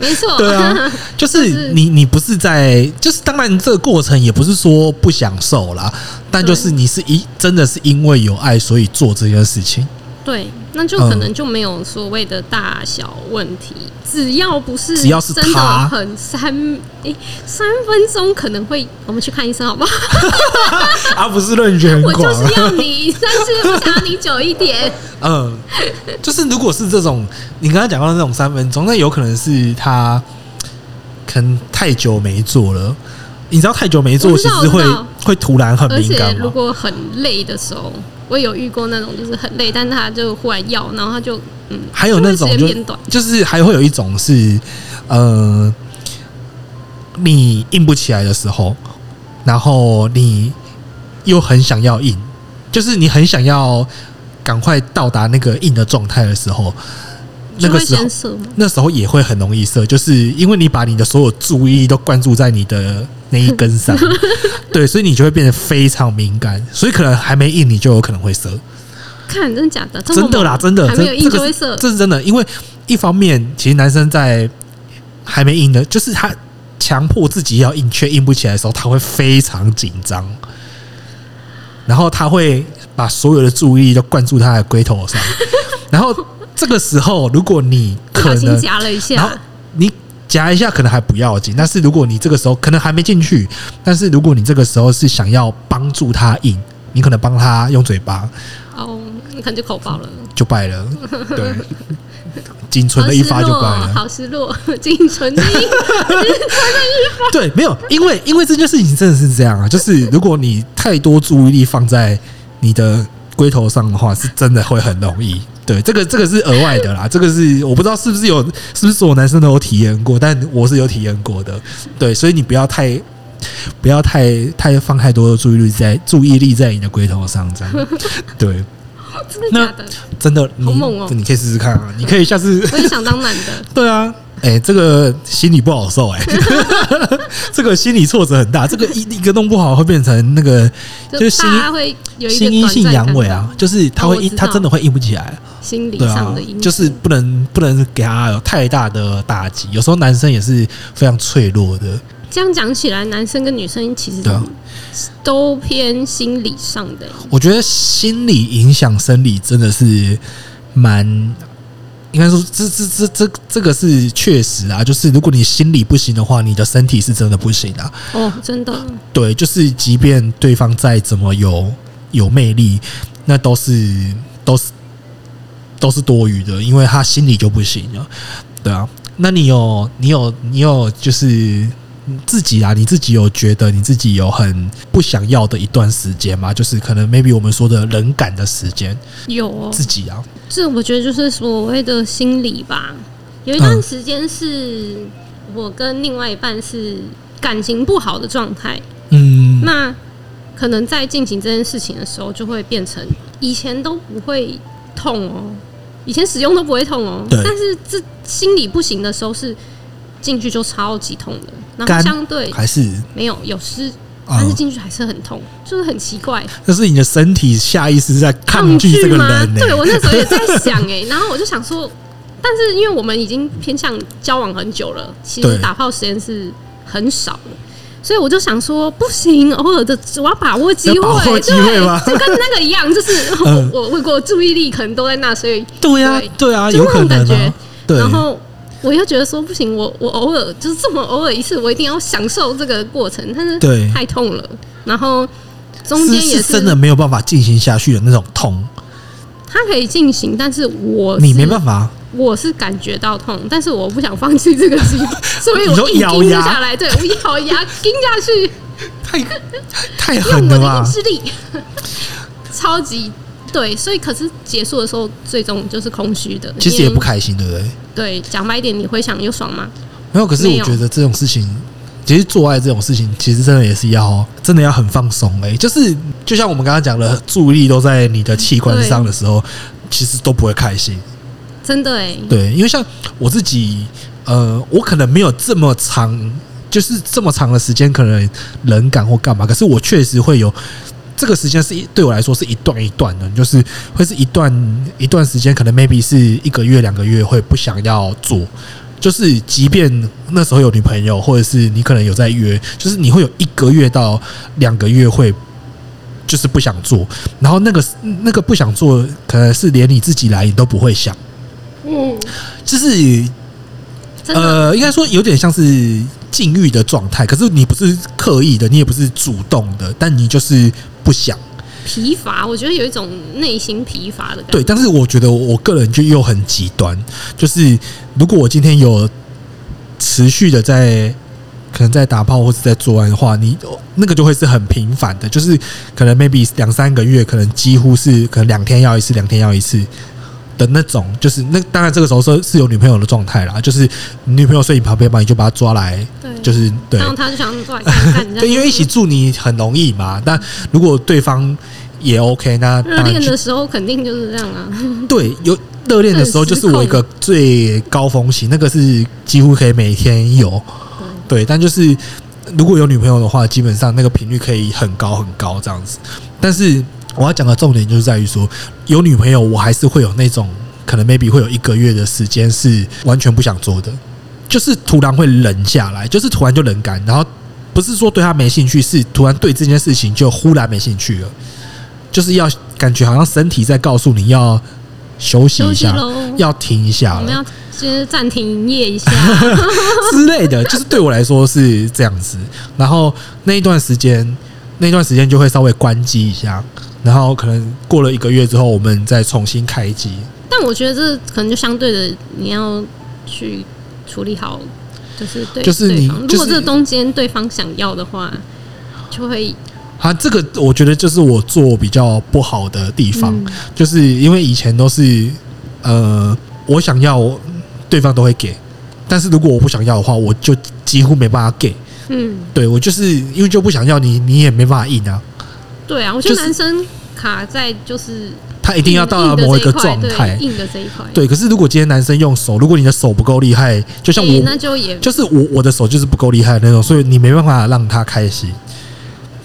[SPEAKER 1] 没错，，
[SPEAKER 2] 对啊就是你，你不是在，就是当然这个过程也不是说不享受啦，但就是你是一真的是因为有爱所以做这件事 (laughs) 情。
[SPEAKER 1] 对，那就可
[SPEAKER 2] 嗯
[SPEAKER 1] 能就没有所谓的大小问题，只要不是
[SPEAKER 2] 只要是
[SPEAKER 1] 真的
[SPEAKER 2] 他
[SPEAKER 1] 很三诶、三分钟可能会，我们去看医生好不好？
[SPEAKER 2] 阿弗斯论据很
[SPEAKER 1] 我
[SPEAKER 2] 广，啊
[SPEAKER 1] 就是要你，但是我想要你久一点。
[SPEAKER 2] 嗯，就是如果是这种，你刚才讲到的那种三分钟，那有可能是他可能太久没做了。你知道太久没做，
[SPEAKER 1] 我知
[SPEAKER 2] 其
[SPEAKER 1] 道
[SPEAKER 2] 实会
[SPEAKER 1] 我知道
[SPEAKER 2] 会突然 (laughs) 很
[SPEAKER 1] 而
[SPEAKER 2] 敏
[SPEAKER 1] 且
[SPEAKER 2] 感
[SPEAKER 1] 如
[SPEAKER 2] 嘛。
[SPEAKER 1] 果很累的时候，我有遇过那种就是很累，但他就忽然要，然后他就嗯，
[SPEAKER 2] 还有那
[SPEAKER 1] 就
[SPEAKER 2] 种
[SPEAKER 1] 会时
[SPEAKER 2] 就
[SPEAKER 1] 间变短，
[SPEAKER 2] 就是还会有一种是，呃，你硬不起来的时候，然后你又很想要硬，就是你很想要赶快到达那个硬的状态的时候，那
[SPEAKER 1] 就
[SPEAKER 2] 个
[SPEAKER 1] 会
[SPEAKER 2] 时候
[SPEAKER 1] 先射嘛。
[SPEAKER 2] 那时候也会很容易射，就是因为你把你的所有注意力都灌注在你的那一根
[SPEAKER 1] (laughs)
[SPEAKER 2] 上，对，所以你就会变得非常敏感，所以可能还没硬，你就有可能会射。
[SPEAKER 1] 看，真的假的？这么
[SPEAKER 2] 真的啦，
[SPEAKER 1] 猛
[SPEAKER 2] 真的，
[SPEAKER 1] 还没有
[SPEAKER 2] 这
[SPEAKER 1] 硬
[SPEAKER 2] 这
[SPEAKER 1] 就
[SPEAKER 2] 个
[SPEAKER 1] 会
[SPEAKER 2] 是
[SPEAKER 1] 射，
[SPEAKER 2] 这是真的。因为一方面，其实男生在还没硬的，就是他强迫自己要硬，却硬不起来的时候，他会非常紧张，然后他会把所有的注意力都灌注他的龟头上，然后这个时候，如果你
[SPEAKER 1] 不
[SPEAKER 2] 可
[SPEAKER 1] 小心
[SPEAKER 2] 能
[SPEAKER 1] 夹了一
[SPEAKER 2] 然后
[SPEAKER 1] 下，
[SPEAKER 2] 你夹一下可能还不要紧，但是如果你这个时候可能还没进去，但是如果你这个时候是想要帮助他硬，你可能帮他用嘴巴
[SPEAKER 1] 哦，你可能就口爆了。
[SPEAKER 2] 就败了，对，仅存的一发就败了。
[SPEAKER 1] 好失落，好失落， (laughs) 仅存的一
[SPEAKER 2] (laughs) 对，没有，因为因为这件事情真的是这样啊，就是如果你太多注意力放在你的龟头上的话，是真的会很容易。对，这个这个是额外的啦， (laughs) 这个是我不知道是不是有，是不是所有男生都有体验过，但我是有体验过的。对，所以你不要太不要太太放太多的注意力在注意力在你的龟头上，这样对，
[SPEAKER 1] 真的假的？
[SPEAKER 2] 真的，你
[SPEAKER 1] 好猛哦
[SPEAKER 2] 你可以试试看啊，你可以下次
[SPEAKER 1] 我也想当男
[SPEAKER 2] (laughs)
[SPEAKER 1] 的，
[SPEAKER 2] 对啊，哎、这个心里不好受
[SPEAKER 1] (laughs)
[SPEAKER 2] 哎、这个心理挫折很大，这个一一个弄不好会变成那个就
[SPEAKER 1] 就
[SPEAKER 2] 是心
[SPEAKER 1] 大家会有一个
[SPEAKER 2] 心阴性
[SPEAKER 1] 短暂
[SPEAKER 2] 阳
[SPEAKER 1] 感
[SPEAKER 2] 痿啊，，就是他
[SPEAKER 1] 哦
[SPEAKER 2] 会
[SPEAKER 1] 我
[SPEAKER 2] 硬
[SPEAKER 1] 知
[SPEAKER 2] 他
[SPEAKER 1] 道
[SPEAKER 2] 真的会硬不起来，
[SPEAKER 1] 心理
[SPEAKER 2] 对
[SPEAKER 1] 上
[SPEAKER 2] 啊
[SPEAKER 1] 的阴影，，
[SPEAKER 2] 就是不能不能给他有太大的打击，有时候男生也是非常脆弱的，
[SPEAKER 1] 这样讲起来，男生跟女生其实
[SPEAKER 2] 对啊
[SPEAKER 1] 都偏心理上的、
[SPEAKER 2] 我觉得心理影响生理真的是蛮，应该说这这这这这个是确实啊，就是如果你心理不行的话，你的身体是真的不行啊，
[SPEAKER 1] 哦，真的，
[SPEAKER 2] 对，就是即便对方再怎么有有魅力，那都是都是都是多余的，因为他心里就不行了。对啊，那你有你有你有就是自己啊，你自己有觉得你自己有很不想要的一段时间吗？就是可能 maybe 我们说的冷感的时间，
[SPEAKER 1] 有、哦、
[SPEAKER 2] 自己啊，
[SPEAKER 1] 这我觉得就是所谓的心理吧。有一段
[SPEAKER 2] 嗯
[SPEAKER 1] 时间是我跟另外一半是感情不好的状态，
[SPEAKER 2] 嗯，
[SPEAKER 1] 那可能在进行这件事情的时候，就会变成以前都不会痛哦，以前使用都不会痛哦，
[SPEAKER 2] 对
[SPEAKER 1] 但是这心理不行的时候是进去就超级痛的，然
[SPEAKER 2] 干
[SPEAKER 1] 后相对
[SPEAKER 2] 还是
[SPEAKER 1] 没有有湿，
[SPEAKER 2] 啊
[SPEAKER 1] 但是进去还是很痛，就是很奇怪。
[SPEAKER 2] 那是你的身体下意识在抗拒这个
[SPEAKER 1] 吗？
[SPEAKER 2] 人呢、欸
[SPEAKER 1] 对我那时候也在想哎、 (laughs) 然后我就想说，但是因为我们已经偏向交往很久了，其
[SPEAKER 2] 对
[SPEAKER 1] 实打炮时间是很少的，所以我就想说，不行，偶尔的我要把握机
[SPEAKER 2] 要把握
[SPEAKER 1] 会，
[SPEAKER 2] 机会吗
[SPEAKER 1] 对，就跟那个一样，
[SPEAKER 2] (laughs)
[SPEAKER 1] 就是我、
[SPEAKER 2] 嗯
[SPEAKER 1] 我我我注意力可能都在那，所以
[SPEAKER 2] 对呀、
[SPEAKER 1] 对
[SPEAKER 2] 对啊，
[SPEAKER 1] 就
[SPEAKER 2] 有
[SPEAKER 1] 那
[SPEAKER 2] 可
[SPEAKER 1] 种感
[SPEAKER 2] 能
[SPEAKER 1] 觉
[SPEAKER 2] 啊，对，
[SPEAKER 1] 然后我又觉得说不行，我我偶尔就是这么偶尔一次，我一定要享受这个过程，但是
[SPEAKER 2] 对
[SPEAKER 1] 太痛了，然后中
[SPEAKER 2] 是
[SPEAKER 1] 间也
[SPEAKER 2] 是真的没有办法进行下去的那种痛，
[SPEAKER 1] 它可以进行，但是我
[SPEAKER 2] 你没
[SPEAKER 1] 法。
[SPEAKER 2] 办法，
[SPEAKER 1] 我是感觉到痛，但是我不想放弃这个机
[SPEAKER 2] (laughs)
[SPEAKER 1] 会，所以
[SPEAKER 2] 你
[SPEAKER 1] 我
[SPEAKER 2] 说
[SPEAKER 1] 硬
[SPEAKER 2] 咬
[SPEAKER 1] 盯
[SPEAKER 2] 牙
[SPEAKER 1] 下来，对我咬牙盯下去，
[SPEAKER 2] 太太
[SPEAKER 1] 用
[SPEAKER 2] 狠
[SPEAKER 1] 我的
[SPEAKER 2] 了
[SPEAKER 1] 意
[SPEAKER 2] 吧？
[SPEAKER 1] 志力，超级对。所以可是结束的时候，最终就是空虚的。
[SPEAKER 2] 其实也
[SPEAKER 1] 因为
[SPEAKER 2] 不开心，对不对？
[SPEAKER 1] 对，讲白一点，你会想又爽吗？
[SPEAKER 2] 没有，可是
[SPEAKER 1] 没
[SPEAKER 2] 我
[SPEAKER 1] 有
[SPEAKER 2] 觉得这种事情，其实做爱这种事情，其实真的也是要真的要很放松哎、就是就像我们刚刚讲的，注意力都在你的器官上的时候，其实都不会开心。
[SPEAKER 1] 真的哎、
[SPEAKER 2] 对，因为像我自己，呃，我可能没有这么长，就是这么长的时间，可能冷感或干嘛，可是我确实会有。这个时间是一对我来说是一段一段的，就是会是一段一段时间，可能 maybe 是一个月两个月会不想要做，就是即便那时候有女朋友，或者是你可能有在约，就是你会有一个月到两个月会就是不想做，然后那个那个不想做，可能是连你自己来你都不会想，
[SPEAKER 1] 嗯，
[SPEAKER 2] 就是
[SPEAKER 1] 真的、
[SPEAKER 2] 呃，应该说有点像是禁欲的状态，可是你不是刻意的，你也不是主动的，但你就是不想。
[SPEAKER 1] 疲乏，我觉得有一种内心疲乏的感
[SPEAKER 2] 对，
[SPEAKER 1] 觉。
[SPEAKER 2] 但是我觉得我个人就又很极端，就是如果我今天有持续的在可能在打炮或是在做爱的话，你那个就会是很频繁的，就是可能 maybe 两三个月，可能几乎是可能两天要一次，两天要一次。的那种，就是那当然这个时候是是有女朋友的状态啦，就是你女朋友睡你旁边嘛，你就把她抓来，
[SPEAKER 1] 对
[SPEAKER 2] 就是对，
[SPEAKER 1] 然后他就想过来看看，
[SPEAKER 2] 对，因为一起住你很容易嘛。但如果对方也 OK，那
[SPEAKER 1] 热
[SPEAKER 2] 当然
[SPEAKER 1] 恋
[SPEAKER 2] 就
[SPEAKER 1] 的时候肯定就是这样啊。
[SPEAKER 2] 对有热恋的时候，就是我一个最高峰期，那个是几乎可以每天有。对，但就是如果有女朋友的话，基本上那个频率可以很高很高这样子。但是我要讲的重点就是在于说，有女朋友我还是会有那种可能 maybe 会有一个月的时间是完全不想做的，就是突然会冷下来，就是突然就冷感，然后不是说对她没兴趣，是突然对这件事情就忽然没兴趣了，就是要感觉好像身体在告诉你要休息一下
[SPEAKER 1] 休息咯，
[SPEAKER 2] 要停一下
[SPEAKER 1] 我们
[SPEAKER 2] 了
[SPEAKER 1] 要就是暂停营业一下，
[SPEAKER 2] 之
[SPEAKER 1] (laughs)
[SPEAKER 2] 类的，就是对我来说是这样子。然后那一段时间，那一段时间就会稍微关机一下，然后可能过了一个月之后，我们再重新开机。
[SPEAKER 1] 但我觉得这可能就相对的，你要去处理好，就是对，
[SPEAKER 2] 就是
[SPEAKER 1] 对
[SPEAKER 2] 你
[SPEAKER 1] 方
[SPEAKER 2] 就是
[SPEAKER 1] 如果这中间对方想要的话，就会
[SPEAKER 2] 啊，这个我觉得就是我做比较不好的地方，
[SPEAKER 1] 嗯
[SPEAKER 2] 就是因为以前都是呃，我想要对方都会给，但是如果我不想要的话，我就几乎没办法给。
[SPEAKER 1] 嗯，
[SPEAKER 2] 对我就是因为就不想要你，你也没办法硬啊。
[SPEAKER 1] 对啊，我觉得
[SPEAKER 2] 就是
[SPEAKER 1] 男生卡在就是
[SPEAKER 2] 他一定要到
[SPEAKER 1] 硬
[SPEAKER 2] 了
[SPEAKER 1] 的
[SPEAKER 2] 某一
[SPEAKER 1] 这
[SPEAKER 2] 个
[SPEAKER 1] 块
[SPEAKER 2] 状态
[SPEAKER 1] 对，硬的这一块，
[SPEAKER 2] 对，可是如果今天男生用手，如果你的手不够厉害，就像
[SPEAKER 1] 哎，
[SPEAKER 2] 我，
[SPEAKER 1] 那就也
[SPEAKER 2] 就是我我的手就是不够厉害的那种，所以你没办法让他开心。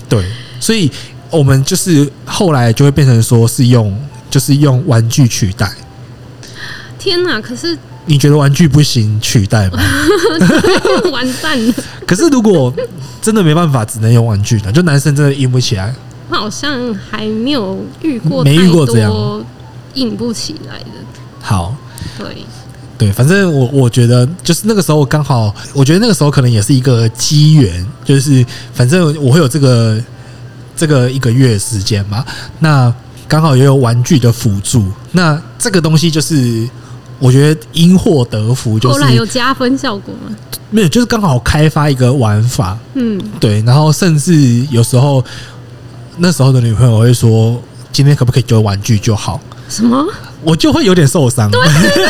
[SPEAKER 2] 对，所以我们就是后来就会变成说是用就是用玩具取代。
[SPEAKER 1] 天哪，可是
[SPEAKER 2] 你觉得玩具不行取代吗？
[SPEAKER 1] 完蛋了，
[SPEAKER 2] 可是如果真的没办法，只能用玩具了。就男生真的硬不起来，
[SPEAKER 1] 我好像还没有遇过
[SPEAKER 2] 没
[SPEAKER 1] 太
[SPEAKER 2] 遇过这样
[SPEAKER 1] 多硬不起来的，
[SPEAKER 2] 好，
[SPEAKER 1] 对，
[SPEAKER 2] 对，反正我我觉得就是那个时候刚好，我觉得那个时候可能也是一个机缘，就是反正我会有这个这个一个月的时间嘛，那刚好也有玩具的辅助，那这个东西就是我觉得因祸得福，就
[SPEAKER 1] 后来有
[SPEAKER 2] 是
[SPEAKER 1] 加分效果吗？
[SPEAKER 2] 没有就是刚好开发一个玩法，
[SPEAKER 1] 嗯，
[SPEAKER 2] 对，然后甚至有时候那时候的女朋友会说，今天可不可以就玩具就好，
[SPEAKER 1] 什么？
[SPEAKER 2] 我就会有点受伤，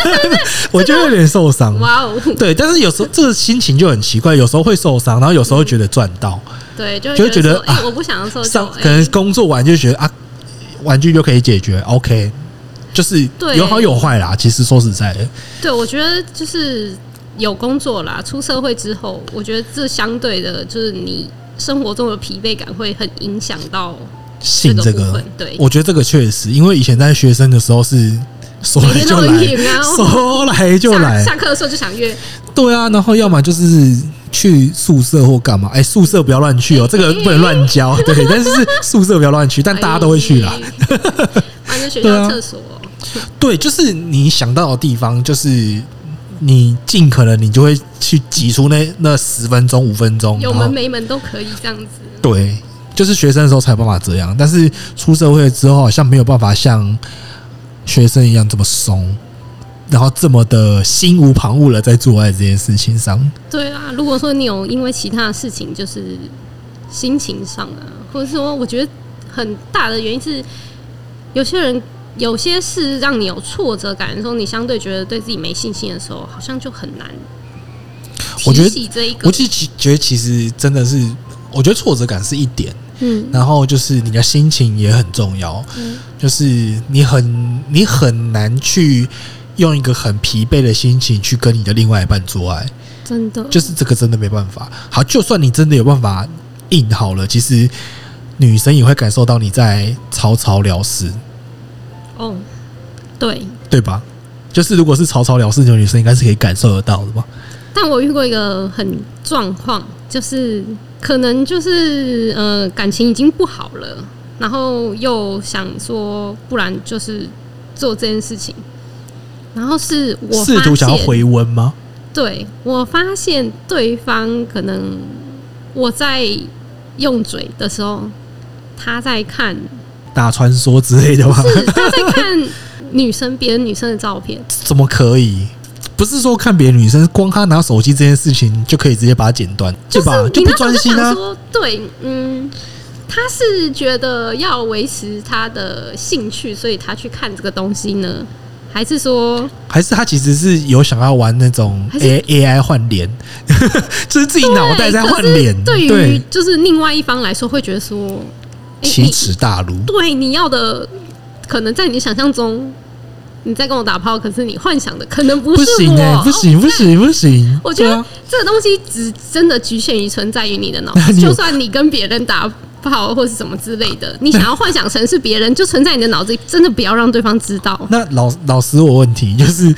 [SPEAKER 2] (laughs) 我就会有点受伤，
[SPEAKER 1] 哇哦！
[SPEAKER 2] 对，但是有时候这个心情就很奇怪，有时候会受伤，然后有时候觉得赚到，
[SPEAKER 1] 对，就
[SPEAKER 2] 就
[SPEAKER 1] 会
[SPEAKER 2] 会觉
[SPEAKER 1] 觉
[SPEAKER 2] 得
[SPEAKER 1] 得说，哎、
[SPEAKER 2] 啊
[SPEAKER 1] 我不哎想要受教
[SPEAKER 2] 上，可能工作完就觉得啊，玩具就可以解决，OK，就是
[SPEAKER 1] 对
[SPEAKER 2] 有好有坏啦。其实说实在的，
[SPEAKER 1] 对我觉得就是有工作啦，出社会之后，我觉得这相对的，就是你生活中的疲惫感会很影响到
[SPEAKER 2] 性
[SPEAKER 1] 个
[SPEAKER 2] 这
[SPEAKER 1] 部
[SPEAKER 2] 个
[SPEAKER 1] 分，。对，
[SPEAKER 2] 我觉得这个确实，因为以前在学生的时候是说
[SPEAKER 1] 每
[SPEAKER 2] 来
[SPEAKER 1] 天
[SPEAKER 2] 就
[SPEAKER 1] 都很
[SPEAKER 2] 来，
[SPEAKER 1] 紧啊，
[SPEAKER 2] (laughs) 说来就来
[SPEAKER 1] 下，下课的时候就想约，
[SPEAKER 2] 对啊，然后要么就是去宿舍或干嘛，哎、宿舍不要乱去哦，这
[SPEAKER 1] 哎
[SPEAKER 2] 个不能乱
[SPEAKER 1] (laughs)
[SPEAKER 2] 交，对，但是是宿舍不要乱去，但大家都会去啦
[SPEAKER 1] 哎。。反正学校
[SPEAKER 2] 对啊
[SPEAKER 1] 的厕所，
[SPEAKER 2] 对，就是你想到的地方，就是你尽可能你就会去挤出那那十分钟五分钟，
[SPEAKER 1] 有
[SPEAKER 2] 然后
[SPEAKER 1] 门没门都可以这样子。
[SPEAKER 2] 对，就是学生的时候才有办法这样，但是出社会之后好像没有办法像学生一样这么松，然后这么的心无旁骛了在做爱这件事情上。
[SPEAKER 1] 对啊，如果说你有因为其他的事情，就是心情上啊，或者说我觉得很大的原因是，有些人有些事让你有挫折感的时候，你相对觉得对自己没信心的时候，好像就很难。
[SPEAKER 2] 我觉得
[SPEAKER 1] 这一个
[SPEAKER 2] 我，其实觉得其实真的是，我觉得挫折感是一点，
[SPEAKER 1] 嗯，
[SPEAKER 2] 然后就是你的心情也很重要，
[SPEAKER 1] 嗯
[SPEAKER 2] 就是你很你很难去用一个很疲惫的心情去跟你的另外一半做爱，
[SPEAKER 1] 真的
[SPEAKER 2] 就是这个真的没办法。好，就算你真的有办法硬好了，其实女生也会感受到你在草草了事，
[SPEAKER 1] 哦，对。
[SPEAKER 2] 对吧？就是如果是草草了事的女生，应该是可以感受得到的吧？
[SPEAKER 1] 但我遇过一个很状况，就是可能就是呃感情已经不好了，然后又想说，不然就是做这件事情，然后是我
[SPEAKER 2] 试图
[SPEAKER 1] 发
[SPEAKER 2] 想要
[SPEAKER 1] 现
[SPEAKER 2] 回温吗？
[SPEAKER 1] 对我发现对方可能我在用嘴的时候，他在看，
[SPEAKER 2] 打传说之类的吧？
[SPEAKER 1] 是他在看女生别的女生的照片，
[SPEAKER 2] 怎么可以？不是说看别的女生，光她拿手机这件事情就可以直接把它剪断，对
[SPEAKER 1] 是
[SPEAKER 2] 吧？
[SPEAKER 1] 你
[SPEAKER 2] 就不
[SPEAKER 1] 那时候
[SPEAKER 2] 专心
[SPEAKER 1] 想
[SPEAKER 2] 啊。
[SPEAKER 1] 说对，嗯，他是觉得要维持他的兴趣，所以他去看这个东西呢，还是说
[SPEAKER 2] 还是她其实是有想要玩那种
[SPEAKER 1] 还是
[SPEAKER 2] A A I 换脸， (laughs) 就是自己脑袋在换脸
[SPEAKER 1] 可，是对于
[SPEAKER 2] 对，
[SPEAKER 1] 就是另外一方来说，会觉得说，哎
[SPEAKER 2] 奇
[SPEAKER 1] 你
[SPEAKER 2] 耻大辱。
[SPEAKER 1] 对你要的，可能在你想象中。你在跟我打炮，可是你幻想的可能不是
[SPEAKER 2] 不
[SPEAKER 1] 我，
[SPEAKER 2] 行哎、不行不行不行！
[SPEAKER 1] 我觉
[SPEAKER 2] 对
[SPEAKER 1] 得
[SPEAKER 2] 啊
[SPEAKER 1] 这个东西只真的局限于存在于你的脑
[SPEAKER 2] (laughs) 那你，有
[SPEAKER 1] 就算你跟别人打炮或是什么之类的，你想要幻想成是别人，就存在你的脑子里，真的不要让对方知道。
[SPEAKER 2] 那老老师，我问题就是，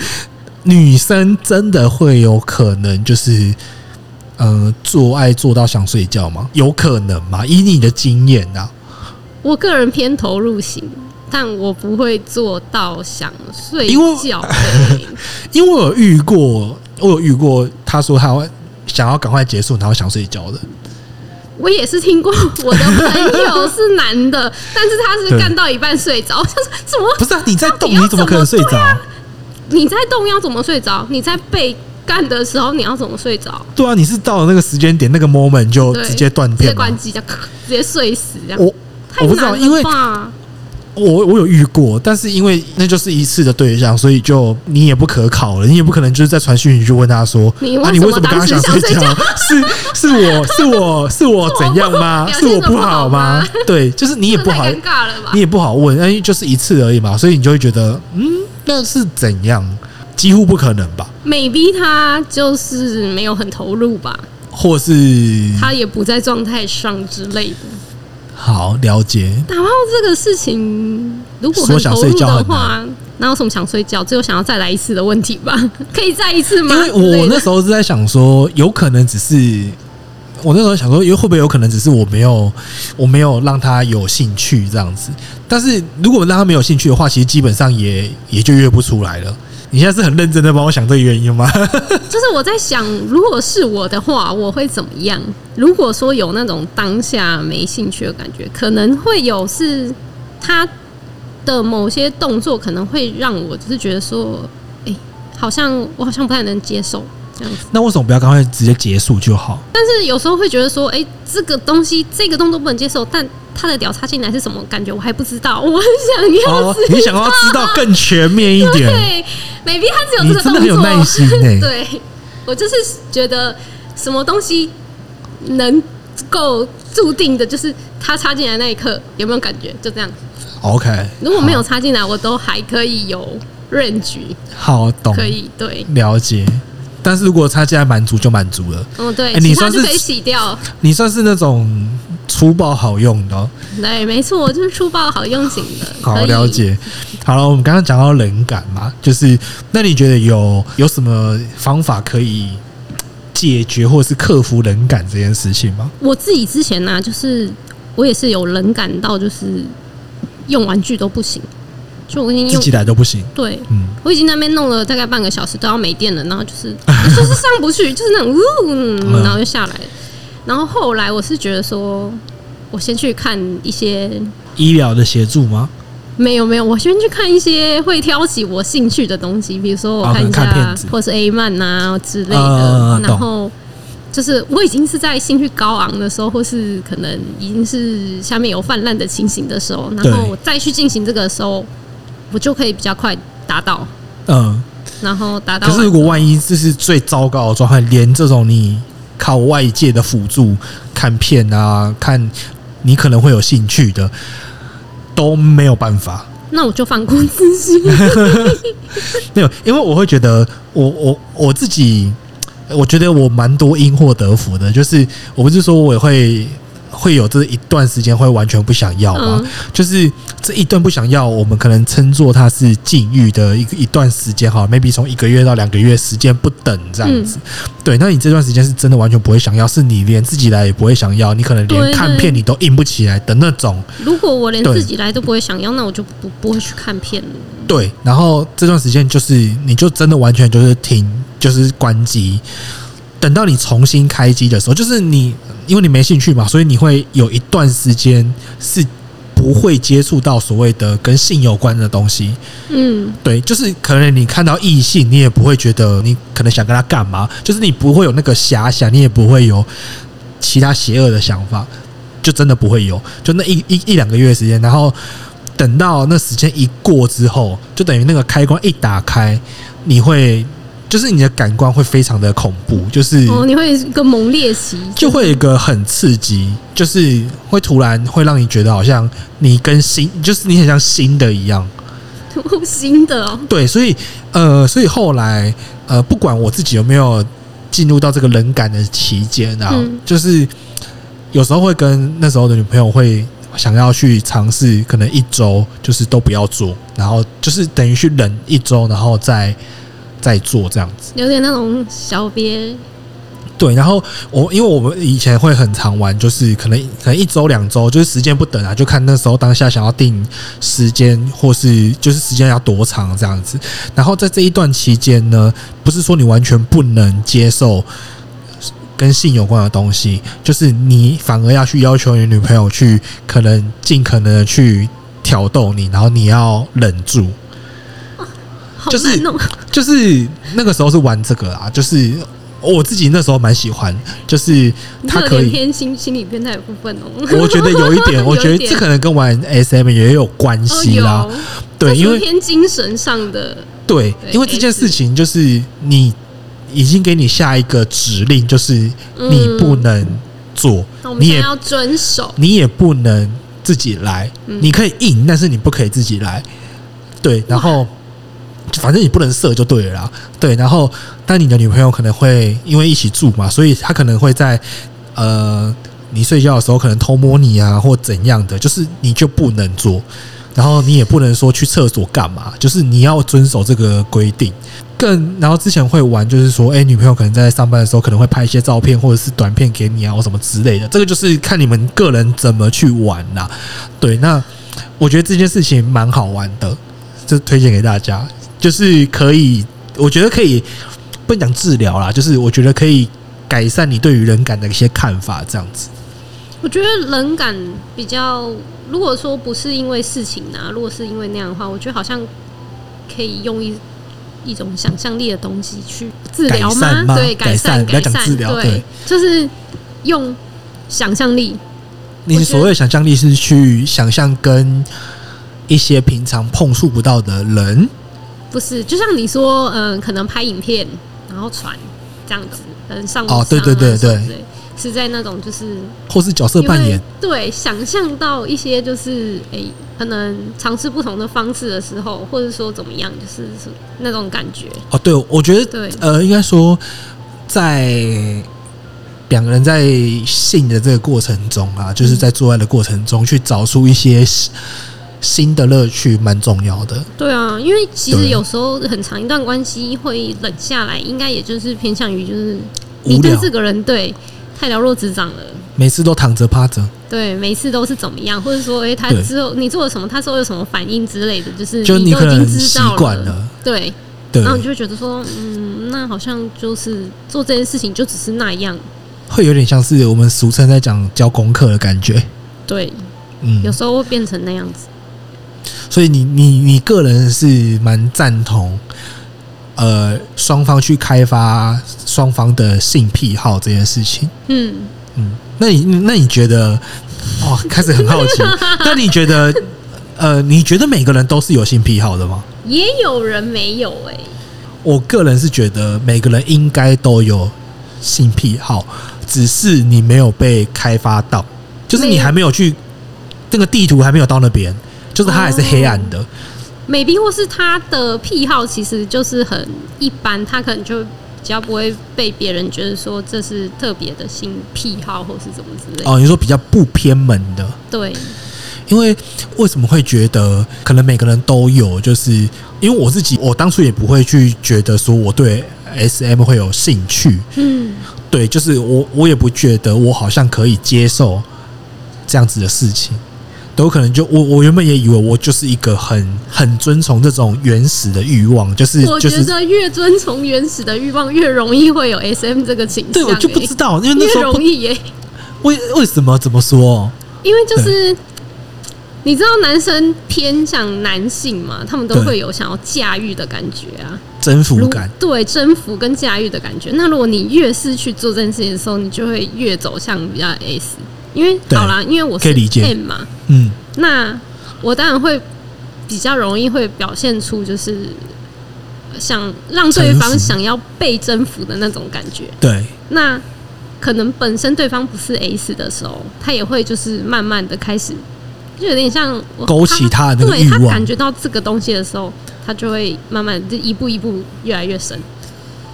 [SPEAKER 2] 女生真的会有可能就是，呃，做爱做到想睡觉吗？有可能吗？以你的经验啊，
[SPEAKER 1] 我个人偏投入型，但我不会做到想睡
[SPEAKER 2] 因为
[SPEAKER 1] 觉。对
[SPEAKER 2] 因为我有遇过，我有遇过，他说他会想要赶快结束，然后想睡觉的。
[SPEAKER 1] 我也是听过我的朋友是男
[SPEAKER 2] (laughs)
[SPEAKER 1] 的，但是他是
[SPEAKER 2] 对
[SPEAKER 1] 干到一半睡着，就是怎么
[SPEAKER 2] 不是啊，你在动，
[SPEAKER 1] 到底要
[SPEAKER 2] 你怎么可能睡
[SPEAKER 1] 怎么
[SPEAKER 2] 着？
[SPEAKER 1] 你在动要怎么睡着？你在被干的时候你要怎么睡着？
[SPEAKER 2] 对啊，你是到了那个时间点，那个 moment 就
[SPEAKER 1] 对
[SPEAKER 2] 直接断
[SPEAKER 1] 直接
[SPEAKER 2] 片吗
[SPEAKER 1] 关机，这样咔直接睡死这样。
[SPEAKER 2] 我
[SPEAKER 1] 太
[SPEAKER 2] 我不知
[SPEAKER 1] 难
[SPEAKER 2] 道，
[SPEAKER 1] 了
[SPEAKER 2] 因为
[SPEAKER 1] 吧
[SPEAKER 2] 我我有遇过，但是因为那就是一次的对象，所以就你也不可考了，你也不可能就是在传讯息去问他说，
[SPEAKER 1] 你为
[SPEAKER 2] 啊，你为什么刚刚
[SPEAKER 1] 当时
[SPEAKER 2] 想
[SPEAKER 1] 想
[SPEAKER 2] 睡
[SPEAKER 1] 睡
[SPEAKER 2] 觉？是是我是我是我怎样
[SPEAKER 1] (laughs)
[SPEAKER 2] 吗？
[SPEAKER 1] 表
[SPEAKER 2] 是
[SPEAKER 1] 现
[SPEAKER 2] 我
[SPEAKER 1] 得不
[SPEAKER 2] 好
[SPEAKER 1] 好
[SPEAKER 2] 吗
[SPEAKER 1] 吗？
[SPEAKER 2] 对，就是你也
[SPEAKER 1] 这
[SPEAKER 2] 不好
[SPEAKER 1] 太，尴尬了吧
[SPEAKER 2] 你？也不好问，因为就是一次而已嘛，所以你就会觉得，嗯，那是怎样？几乎不可能吧？
[SPEAKER 1] 美逼他就是没有很投入吧，
[SPEAKER 2] 或是
[SPEAKER 1] 他也不在状态上之类的。
[SPEAKER 2] 好了解，
[SPEAKER 1] 打炮这个事情，如果
[SPEAKER 2] 说
[SPEAKER 1] 很
[SPEAKER 2] 想
[SPEAKER 1] 投
[SPEAKER 2] 睡
[SPEAKER 1] 入
[SPEAKER 2] 觉
[SPEAKER 1] 的
[SPEAKER 2] 很
[SPEAKER 1] 话，哪有什么想睡觉，只有想要再来一次的问题吧？ (laughs) 可以再一次吗？
[SPEAKER 2] 因为我那
[SPEAKER 1] 呢，
[SPEAKER 2] 时候是在想说，有可能只是我那时候想说，有会不会有可能只是我没有我没有让他有兴趣这样子。但是如果让他没有兴趣的话，其实基本上也也就约不出来了。你现在是很认真的帮我想这个原因吗？
[SPEAKER 1] 就是我在想，如果是我的话，我会怎么样？如果说有那种当下没兴趣的感觉，可能会有是哎他的某些动作，可能会让我就是觉得说，哎、好像我好像不太能接受这样子。
[SPEAKER 2] (laughs) 那为什么不要赶快直接结束就好？
[SPEAKER 1] 但是有时候会觉得说，哎、这个东西这个动作不能接受，但他的屌插进来是什么感觉，我还不知道，我很想要
[SPEAKER 2] 哦
[SPEAKER 1] 知，道。
[SPEAKER 2] 你想要知道更全面一点，
[SPEAKER 1] 对，maybe 他只有
[SPEAKER 2] 你
[SPEAKER 1] 这个
[SPEAKER 2] 真
[SPEAKER 1] 动作。
[SPEAKER 2] 的很有耐心欸呢、
[SPEAKER 1] (laughs) 对，我就是觉得什么东西能够注定的，就是他插进来那一刻有没有感觉，就这样。
[SPEAKER 2] OK，
[SPEAKER 1] 如果没有插进来，我都还可以有认局，
[SPEAKER 2] 好懂，
[SPEAKER 1] 可以对。
[SPEAKER 2] 了解。但是如果他现在满足就满足了，
[SPEAKER 1] 哦，对，
[SPEAKER 2] 哎
[SPEAKER 1] 其
[SPEAKER 2] 你
[SPEAKER 1] 他
[SPEAKER 2] 算
[SPEAKER 1] 就是可以洗掉。
[SPEAKER 2] 你算是那种粗暴好用的哦、
[SPEAKER 1] 对，没错，就是粗暴好用型的。可
[SPEAKER 2] 好
[SPEAKER 1] 以
[SPEAKER 2] 了。解。好了，我们刚刚讲到冷感嘛，就是那你觉得有有什么方法可以解决或是克服冷感这件事情吗？
[SPEAKER 1] 我自己之前呢、就是我也是有冷感到，就是用玩具都不行，就我已经
[SPEAKER 2] 自
[SPEAKER 1] 用
[SPEAKER 2] 己来都不行，
[SPEAKER 1] 对。
[SPEAKER 2] 嗯，
[SPEAKER 1] 我已经在那边弄了大概半个小时，都要没电了，然后就是 (laughs) 就是上不去，就是那种呜、
[SPEAKER 2] 嗯
[SPEAKER 1] 然后就下来了。然后后来我是觉得说，我先去看一些
[SPEAKER 2] 医疗的协助吗？
[SPEAKER 1] 没有没有，我先去看一些会挑起我兴趣的东西，比如说我
[SPEAKER 2] 哦
[SPEAKER 1] 看
[SPEAKER 2] 可能
[SPEAKER 1] 一下，
[SPEAKER 2] 看片子
[SPEAKER 1] 或是 A 漫啊之类的。
[SPEAKER 2] 嗯嗯嗯嗯
[SPEAKER 1] 然后就是我已经是在兴趣高昂的时候，或是可能已经是下面有泛滥的情形的时候，然后
[SPEAKER 2] 对
[SPEAKER 1] 我再去进行这个的时候，我就可以比较快达到，
[SPEAKER 2] 嗯，
[SPEAKER 1] 啊然后达到
[SPEAKER 2] 可
[SPEAKER 1] 完。
[SPEAKER 2] 是如果万一这是最糟糕的状态，连这种你靠外界的辅助看片啊，看你可能会有兴趣的，都没有办法。
[SPEAKER 1] 那我就放过自
[SPEAKER 2] (laughs)
[SPEAKER 1] 己。
[SPEAKER 2] 没有，因为我会觉得我我我自己，我觉得我蛮多因祸得福的，就是我不是说我也会会有这一段时间会完全不想要吗？
[SPEAKER 1] 嗯
[SPEAKER 2] 就是这一段不想要，我们可能称作它是禁欲的一个一段时间哈，maybe 从一个月到两个月时间不等这样子。
[SPEAKER 1] 嗯
[SPEAKER 2] 对，那你这段时间是真的完全不会想要，是你连自己来也不会想要，你可能
[SPEAKER 1] 对
[SPEAKER 2] 连
[SPEAKER 1] 对
[SPEAKER 2] 看片你都硬不起来的那种。
[SPEAKER 1] 如果我连
[SPEAKER 2] 对
[SPEAKER 1] 自己来都不会想要，那我就不不会去看片了。
[SPEAKER 2] 对，然后这段时间就是你就真的完全就是停，就是关机。等到你重新开机的时候，就是你因为你没兴趣嘛，所以你会有一段时间是不会接触到所谓的跟性有关的东西。
[SPEAKER 1] 嗯，
[SPEAKER 2] 对，就是可能你看到异性，你也不会觉得你可能想跟他干嘛，就是你不会有那个遐想，你也不会有其他邪恶的想法，就真的不会有。就那一一一两个月的时间，然后等到那时间一过之后，就等于那个开关一打开，你会就是你的感官会非常的恐怖，就是
[SPEAKER 1] 哦，你会有一个猛烈期，
[SPEAKER 2] 就会有一个很刺激，就是会突然会让你觉得好像你跟新，就是你很像新的一样。
[SPEAKER 1] 新的哦。
[SPEAKER 2] 对，所以呃，所以后来呃，不管我自己有没有进入到这个冷感的期间啊，
[SPEAKER 1] 嗯
[SPEAKER 2] 就是有时候会跟那时候的女朋友会想要去尝试，可能一周就是都不要做，然后就是等于去忍一周，然后再再做这样子。
[SPEAKER 1] 有点那种小别，
[SPEAKER 2] 对，然后我因为我们以前会很常玩，就是可能可能一周两周，就是时间不等啊，就看那时候当下想要定时间，或是就是时间要多长这样子。然后在这一段期间呢，不是说你完全不能接受跟性有关的东西，就是你反而要去要求你女朋友去，可能尽可能的去挑逗你，然后你要忍住。
[SPEAKER 1] 好
[SPEAKER 2] 就是
[SPEAKER 1] 难哦 (laughs) 弄。
[SPEAKER 2] 就是那个时候是玩这个啊，就是我自己那时候蛮喜欢，就是他
[SPEAKER 1] 有
[SPEAKER 2] 可
[SPEAKER 1] 点
[SPEAKER 2] 以，
[SPEAKER 1] 偏心心理变态的部分哦。
[SPEAKER 2] 我觉得有一
[SPEAKER 1] (laughs)
[SPEAKER 2] 点，我觉
[SPEAKER 1] 有一
[SPEAKER 2] 得
[SPEAKER 1] 点
[SPEAKER 2] 这可能跟玩 SM 也有关
[SPEAKER 1] 哦
[SPEAKER 2] 系啦
[SPEAKER 1] 有，，
[SPEAKER 2] 对，
[SPEAKER 1] 这是
[SPEAKER 2] 因为
[SPEAKER 1] 偏精神上的，
[SPEAKER 2] 对，
[SPEAKER 1] 对
[SPEAKER 2] 因为这件
[SPEAKER 1] S
[SPEAKER 2] 事情就是你已经给你下一个指令，就是你
[SPEAKER 1] 嗯
[SPEAKER 2] 不能做，
[SPEAKER 1] 那我们
[SPEAKER 2] 你
[SPEAKER 1] 现在
[SPEAKER 2] 也
[SPEAKER 1] 要遵守。
[SPEAKER 2] 你也不能自己来，
[SPEAKER 1] 嗯
[SPEAKER 2] 你可以硬，但是你不可以自己来。对，然后反正你不能射就对了啦。对，然后但你的女朋友可能会因为一起住嘛，所以她可能会在呃你睡觉的时候可能偷摸你啊，或怎样的，就是你就不能做。然后你也不能说去厕所干嘛，就是你要遵守这个规定。更然后之前会玩，就是说，哎、女朋友可能在上班的时候可能会拍一些照片或者是短片给你啊，或什么之类的。这个就是看你们个人怎么去玩啦、对，那我觉得这件事情蛮好玩的，就推荐给大家，就是可以，我觉得可以不能讲治疗啦，就是我觉得可以改善你对于人感的一些看法，这样子。
[SPEAKER 1] 我觉得冷感比较，如果说不是因为事情啊，如果是因为那样的话，我觉得好像可以用一一种想象力的东西去治疗
[SPEAKER 2] 改善吗
[SPEAKER 1] 对，改
[SPEAKER 2] 改善不
[SPEAKER 1] 改
[SPEAKER 2] 要讲
[SPEAKER 1] 善，
[SPEAKER 2] 治疗
[SPEAKER 1] 对
[SPEAKER 2] 对，
[SPEAKER 1] 就是用想象力，
[SPEAKER 2] 你所谓的想象力是去想象跟一些平常碰触不到的人，
[SPEAKER 1] 不是，就像你呃说，嗯、可能拍影片然后传这样子，嗯，上
[SPEAKER 2] 哦对对对对
[SPEAKER 1] 上啊什么之类是在那种就是
[SPEAKER 2] 或是角色扮演，
[SPEAKER 1] 对，想象到一些就是诶、可能尝试不同的方式的时候，或者说怎么样，就是是那种感觉。
[SPEAKER 2] 哦，对，我觉得
[SPEAKER 1] 对，
[SPEAKER 2] 呃，应该说在两个人在性的这个过程中啊，就是
[SPEAKER 1] 嗯
[SPEAKER 2] 在做爱的过程中去找出一些新新的乐趣，蛮重要的。
[SPEAKER 1] 对啊，因为其实
[SPEAKER 2] 对
[SPEAKER 1] 有时候很长一段关系会冷下来，应该也就是偏向于就是你
[SPEAKER 2] 无
[SPEAKER 1] 跟
[SPEAKER 2] 聊，
[SPEAKER 1] 这个人对太了若指掌了。
[SPEAKER 2] 每次都躺着趴着，
[SPEAKER 1] 对，每一次都是怎么样，或者说，诶、他
[SPEAKER 2] 对
[SPEAKER 1] 之后你做了什么，他之后有什么反应之类的，就是
[SPEAKER 2] 就
[SPEAKER 1] 你
[SPEAKER 2] 你
[SPEAKER 1] 都
[SPEAKER 2] 可
[SPEAKER 1] 已经
[SPEAKER 2] 能
[SPEAKER 1] 知
[SPEAKER 2] 习
[SPEAKER 1] 道
[SPEAKER 2] 惯了。
[SPEAKER 1] 对，
[SPEAKER 2] 对
[SPEAKER 1] 然，后你就会觉得说，嗯，那好像就是做这件事情就只是那样。
[SPEAKER 2] 会有点像是我们俗称在讲教功课的感觉。
[SPEAKER 1] 对，
[SPEAKER 2] 嗯
[SPEAKER 1] 有，时候会变成那样子。
[SPEAKER 2] 所以你你你个人是蛮赞同，呃，双方去开发双方的性癖好这件事情。
[SPEAKER 1] 嗯，
[SPEAKER 2] 嗯，那你那你觉得，哇，开始很好 (laughs) 奇。那你觉得，呃，你觉得每个人都是有性癖好的吗？
[SPEAKER 1] 也有人没有欸诶、
[SPEAKER 2] 我个人是觉得每个人应该都有性癖好，只是你没有被开发到，就是
[SPEAKER 1] 没
[SPEAKER 2] 你
[SPEAKER 1] 有
[SPEAKER 2] 还没有哦去这个地图还没有到那边，就是它还是黑暗的。
[SPEAKER 1] maybe 或是他的癖好其实就是很一般，他可能就比较不会被别人觉得说这是特别的性癖好或是怎么之类的。
[SPEAKER 2] 哦，你说比较不偏门的，
[SPEAKER 1] 对，
[SPEAKER 2] 因为为什么会觉得可能每个人都有，就是因为我自己，我当初也不会去觉得说我对 S M 会有兴趣，
[SPEAKER 1] 嗯，
[SPEAKER 2] 对，就是我我也不觉得我好像可以接受这样子的事情。都可能就我我原本也以为我就是一个很很遵从这种原始的欲望，就是
[SPEAKER 1] 我
[SPEAKER 2] 就
[SPEAKER 1] 觉
[SPEAKER 2] 是
[SPEAKER 1] 得越遵从原始的欲望，越容易会有 S M 这个倾
[SPEAKER 2] 对
[SPEAKER 1] 向、
[SPEAKER 2] 我
[SPEAKER 1] 欸。
[SPEAKER 2] 就不知道，因为那
[SPEAKER 1] 越
[SPEAKER 2] 时候
[SPEAKER 1] 容
[SPEAKER 2] (laughs) 不
[SPEAKER 1] 易耶、
[SPEAKER 2] 为为什么怎么说？
[SPEAKER 1] 因为就是你知道男生偏向男性嘛，他们都
[SPEAKER 2] 对
[SPEAKER 1] 会有想要驾驭的感觉啊，
[SPEAKER 2] 征服
[SPEAKER 1] 如
[SPEAKER 2] 感，
[SPEAKER 1] 对征服跟驾驭的感觉。那如果你越是去做这件事情的时候，你就会越走向比较 S，因为
[SPEAKER 2] 对
[SPEAKER 1] 好啦，因为我
[SPEAKER 2] 可以
[SPEAKER 1] 是
[SPEAKER 2] 理解
[SPEAKER 1] M 嘛，
[SPEAKER 2] 嗯，
[SPEAKER 1] 那我当然会比较容易会表现出就是想让对方
[SPEAKER 2] 臣服
[SPEAKER 1] 想要被征服的那种感觉。
[SPEAKER 2] 对，
[SPEAKER 1] 那可能本身对方不是 S 的时候，他也会就是慢慢的开始，就有点像我
[SPEAKER 2] 勾起他的那个
[SPEAKER 1] 对
[SPEAKER 2] 欲
[SPEAKER 1] 他
[SPEAKER 2] 望
[SPEAKER 1] 感觉到这个东西的时候，他就会慢慢就一步一步越来越深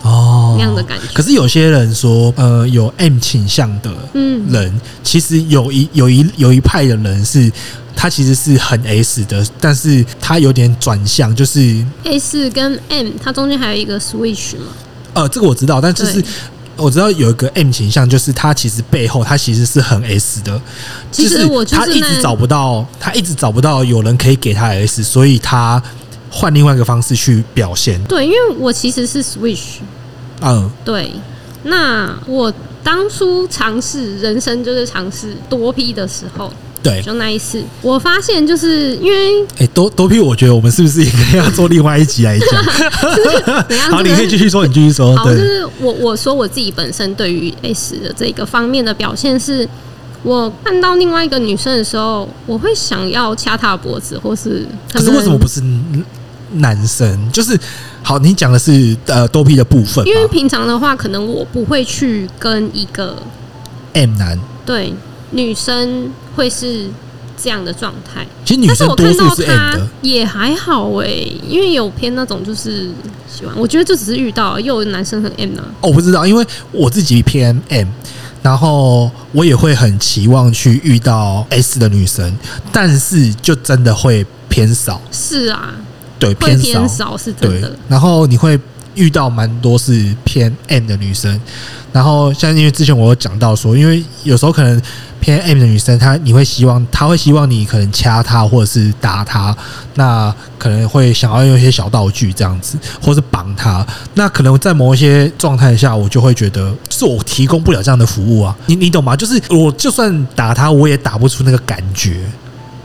[SPEAKER 2] 哦
[SPEAKER 1] 那样的感觉。
[SPEAKER 2] 可是有些人说，呃，有 M 倾向的
[SPEAKER 1] 嗯，
[SPEAKER 2] 人，其实有一有一有一派的人是，他其实是很 S 的，但是他有点转向，就是
[SPEAKER 1] ，S 跟 M 它中间还有一个 switch 嘛，
[SPEAKER 2] 呃，这个我知道，但就是
[SPEAKER 1] 对
[SPEAKER 2] 我知道有一个 M 倾向，就是他其实背后他其实是很 S 的，
[SPEAKER 1] 其实我
[SPEAKER 2] 就
[SPEAKER 1] 就是是
[SPEAKER 2] 他一直
[SPEAKER 1] 那
[SPEAKER 2] 找不到，他一直找不到有人可以给他 S，所以他换另外一个方式去表现，
[SPEAKER 1] 对，因为我其实是 switch，
[SPEAKER 2] 嗯。
[SPEAKER 1] 对，那我当初尝试人生就是尝试多批的时候，
[SPEAKER 2] 对，
[SPEAKER 1] 就那一次，我发现就是因为
[SPEAKER 2] 哎、多多批，我觉得我们是不是应该要做另外一集来讲？
[SPEAKER 1] 怎样，
[SPEAKER 2] 好，
[SPEAKER 1] 啊这
[SPEAKER 2] 你
[SPEAKER 1] 个
[SPEAKER 2] 可以继续说，你继续说。
[SPEAKER 1] 好，就
[SPEAKER 2] 对，
[SPEAKER 1] 是我我说我自己本身对于 S 的这个方面的表现是，我看到另外一个女生的时候，我会想要掐她的脖子，或是可
[SPEAKER 2] 可
[SPEAKER 1] 能
[SPEAKER 2] 是为什么不是男生？就是好，你讲的是呃多批的部分
[SPEAKER 1] 因为
[SPEAKER 2] 嘛
[SPEAKER 1] 平常的话，可能我不会去跟一个
[SPEAKER 2] ，M 男，
[SPEAKER 1] 对女生会是这样的状态，
[SPEAKER 2] 其实女
[SPEAKER 1] 但是
[SPEAKER 2] 生
[SPEAKER 1] 我
[SPEAKER 2] 多
[SPEAKER 1] 看
[SPEAKER 2] 数
[SPEAKER 1] 到
[SPEAKER 2] 是 M
[SPEAKER 1] 她
[SPEAKER 2] 的，
[SPEAKER 1] 也还好哎、因为有偏那种就是喜欢，我觉得就只是遇到，又有男生很 M 啊，
[SPEAKER 2] 哦，我不知道，因为我自己偏 M，然后我也会很期望去遇到 S 的女生，但是就真的会偏少，
[SPEAKER 1] 是啊，
[SPEAKER 2] 对，
[SPEAKER 1] 会
[SPEAKER 2] 偏少，
[SPEAKER 1] 偏少是真
[SPEAKER 2] 对
[SPEAKER 1] 的。，
[SPEAKER 2] 然后你会遇到蛮多是偏 M 的女生，然后像因为之前我有讲到说，因为有时候可能偏 M 的女生，她你会希望她会希望你可能掐她或者是打她，那可能会想要用一些小道具这样子，或是绑她。那可能在某一些状态下，我就会觉得是我提供不了这样的服务啊，你你懂吗？就是我就算打她，我也打不出那个感觉，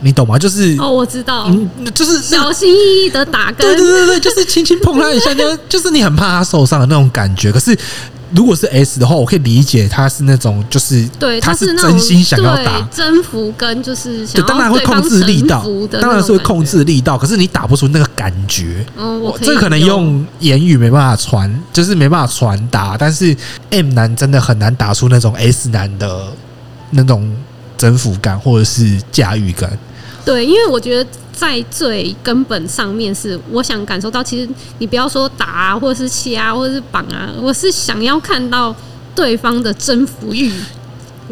[SPEAKER 2] 你懂吗？就是。
[SPEAKER 1] 哦，我知道，
[SPEAKER 2] 嗯，就是那个
[SPEAKER 1] 小心翼翼的打
[SPEAKER 2] 对
[SPEAKER 1] 跟
[SPEAKER 2] 对
[SPEAKER 1] (laughs)
[SPEAKER 2] 对对，就是轻轻碰他一下，就就是你很怕他受伤的那种感觉。可是如果是 S 的话，我可以理解他是那种就是
[SPEAKER 1] 对，
[SPEAKER 2] 他
[SPEAKER 1] 他
[SPEAKER 2] 是
[SPEAKER 1] 那
[SPEAKER 2] 真
[SPEAKER 1] 种
[SPEAKER 2] 心想要
[SPEAKER 1] 对
[SPEAKER 2] 打，
[SPEAKER 1] 征服跟就是想
[SPEAKER 2] 对，
[SPEAKER 1] 要
[SPEAKER 2] 当然会
[SPEAKER 1] 对
[SPEAKER 2] 控
[SPEAKER 1] 方
[SPEAKER 2] 制力
[SPEAKER 1] 臣
[SPEAKER 2] 道
[SPEAKER 1] 服的，那
[SPEAKER 2] 当然是
[SPEAKER 1] 种
[SPEAKER 2] 会
[SPEAKER 1] 感
[SPEAKER 2] 控
[SPEAKER 1] 觉。
[SPEAKER 2] 制力道，可是你打不出那个感觉。
[SPEAKER 1] 嗯，我
[SPEAKER 2] 哇
[SPEAKER 1] 可以
[SPEAKER 2] 这个可能
[SPEAKER 1] 用
[SPEAKER 2] 用言语没办法传，就是没办法传达，但是 M 男真的很难打出那种 S 男的那种征服感或者是驾驭感。
[SPEAKER 1] 对，因为我觉得在最根本上面是，我想感受到，其实你不要说打啊，或者是切啊，或者是绑啊，我是想要看到对方的征服欲。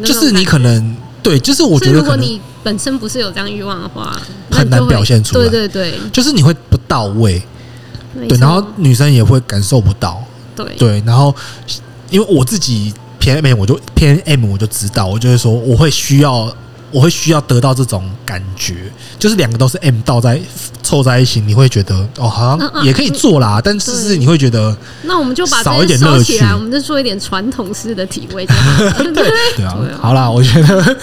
[SPEAKER 2] 就是你可
[SPEAKER 1] 能，
[SPEAKER 2] 能对，就是我觉
[SPEAKER 1] 所以
[SPEAKER 2] 得
[SPEAKER 1] 如
[SPEAKER 2] 可
[SPEAKER 1] 果
[SPEAKER 2] 能
[SPEAKER 1] 你本身不是有这样欲望的话，那
[SPEAKER 2] 很
[SPEAKER 1] 你就
[SPEAKER 2] 难
[SPEAKER 1] 会
[SPEAKER 2] 表现出来
[SPEAKER 1] 对对对，
[SPEAKER 2] 就是你会不到位，
[SPEAKER 1] 没
[SPEAKER 2] 对，然后
[SPEAKER 1] 错
[SPEAKER 2] 女生也会感受不到，
[SPEAKER 1] 对
[SPEAKER 2] 对，然后因为我自己偏 M，我就偏 M，我就知道，我就会说我会需要，我会需要得到这种感觉，就是两个都是 M 倒在凑在一起，你会觉得哦，好
[SPEAKER 1] 嗯
[SPEAKER 2] 像
[SPEAKER 1] 嗯
[SPEAKER 2] 也可以做啦，但是是
[SPEAKER 1] 对
[SPEAKER 2] 你会觉得
[SPEAKER 1] 那我们就把
[SPEAKER 2] 少一
[SPEAKER 1] 这些
[SPEAKER 2] 点
[SPEAKER 1] 收
[SPEAKER 2] 乐
[SPEAKER 1] 起来，
[SPEAKER 2] 趣
[SPEAKER 1] 我们就做一点传统式的体位就好了。对，
[SPEAKER 2] (laughs) 对啊
[SPEAKER 1] 对啊，
[SPEAKER 2] 好啦，我觉得 (laughs)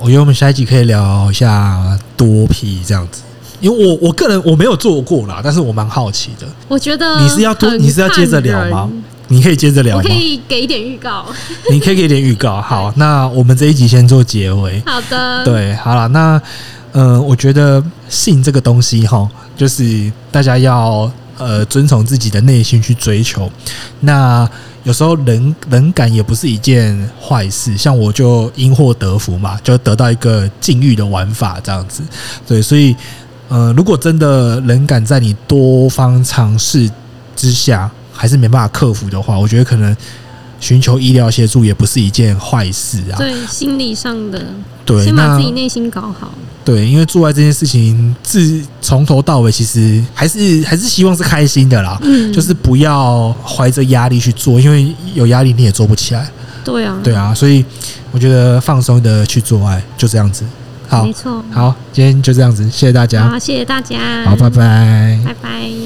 [SPEAKER 2] 我觉得我们下一集可以聊一下多 P 这样子。因为我我个人我没有做过啦，但是我蛮好奇的。
[SPEAKER 1] 我觉得
[SPEAKER 2] 你是要
[SPEAKER 1] 嗯
[SPEAKER 2] 多，
[SPEAKER 1] 很
[SPEAKER 2] 你是要接着
[SPEAKER 1] 看
[SPEAKER 2] 聊吗
[SPEAKER 1] 人？
[SPEAKER 2] 你可以接着聊
[SPEAKER 1] 我
[SPEAKER 2] 吗
[SPEAKER 1] 可？以给一点预告。
[SPEAKER 2] 你可以给点预告。好，那我们这一集先做结尾。
[SPEAKER 1] 好的，
[SPEAKER 2] 对，好了，那呃，我觉得性这个东西哈，就是大家要呃遵从自己的内心去追求。那有时候冷冷感也不是一件坏事，像我就因祸得福嘛，就得到一个禁欲的玩法这样子。对，所以呃，如果真的冷感在你多方尝试之下还是没办法克服的话，我觉得可能寻求医疗协助也不是一件坏事啊。
[SPEAKER 1] 对，心理上的，
[SPEAKER 2] 对，
[SPEAKER 1] 先把
[SPEAKER 2] 那
[SPEAKER 1] 自己内心搞好。
[SPEAKER 2] 对，因为做爱这件事情，自从头到尾，其实还是还是希望是开心的啦。
[SPEAKER 1] 嗯，
[SPEAKER 2] 就是不要怀着压力去做，因为有压力你也做不起来。
[SPEAKER 1] 对啊，
[SPEAKER 2] 对啊，所以我觉得放松的去做爱，就这样子。好
[SPEAKER 1] 没，错。
[SPEAKER 2] 好，今天就这样子，谢谢大家。
[SPEAKER 1] 好，谢谢大家，
[SPEAKER 2] 好，拜拜。
[SPEAKER 1] 拜拜。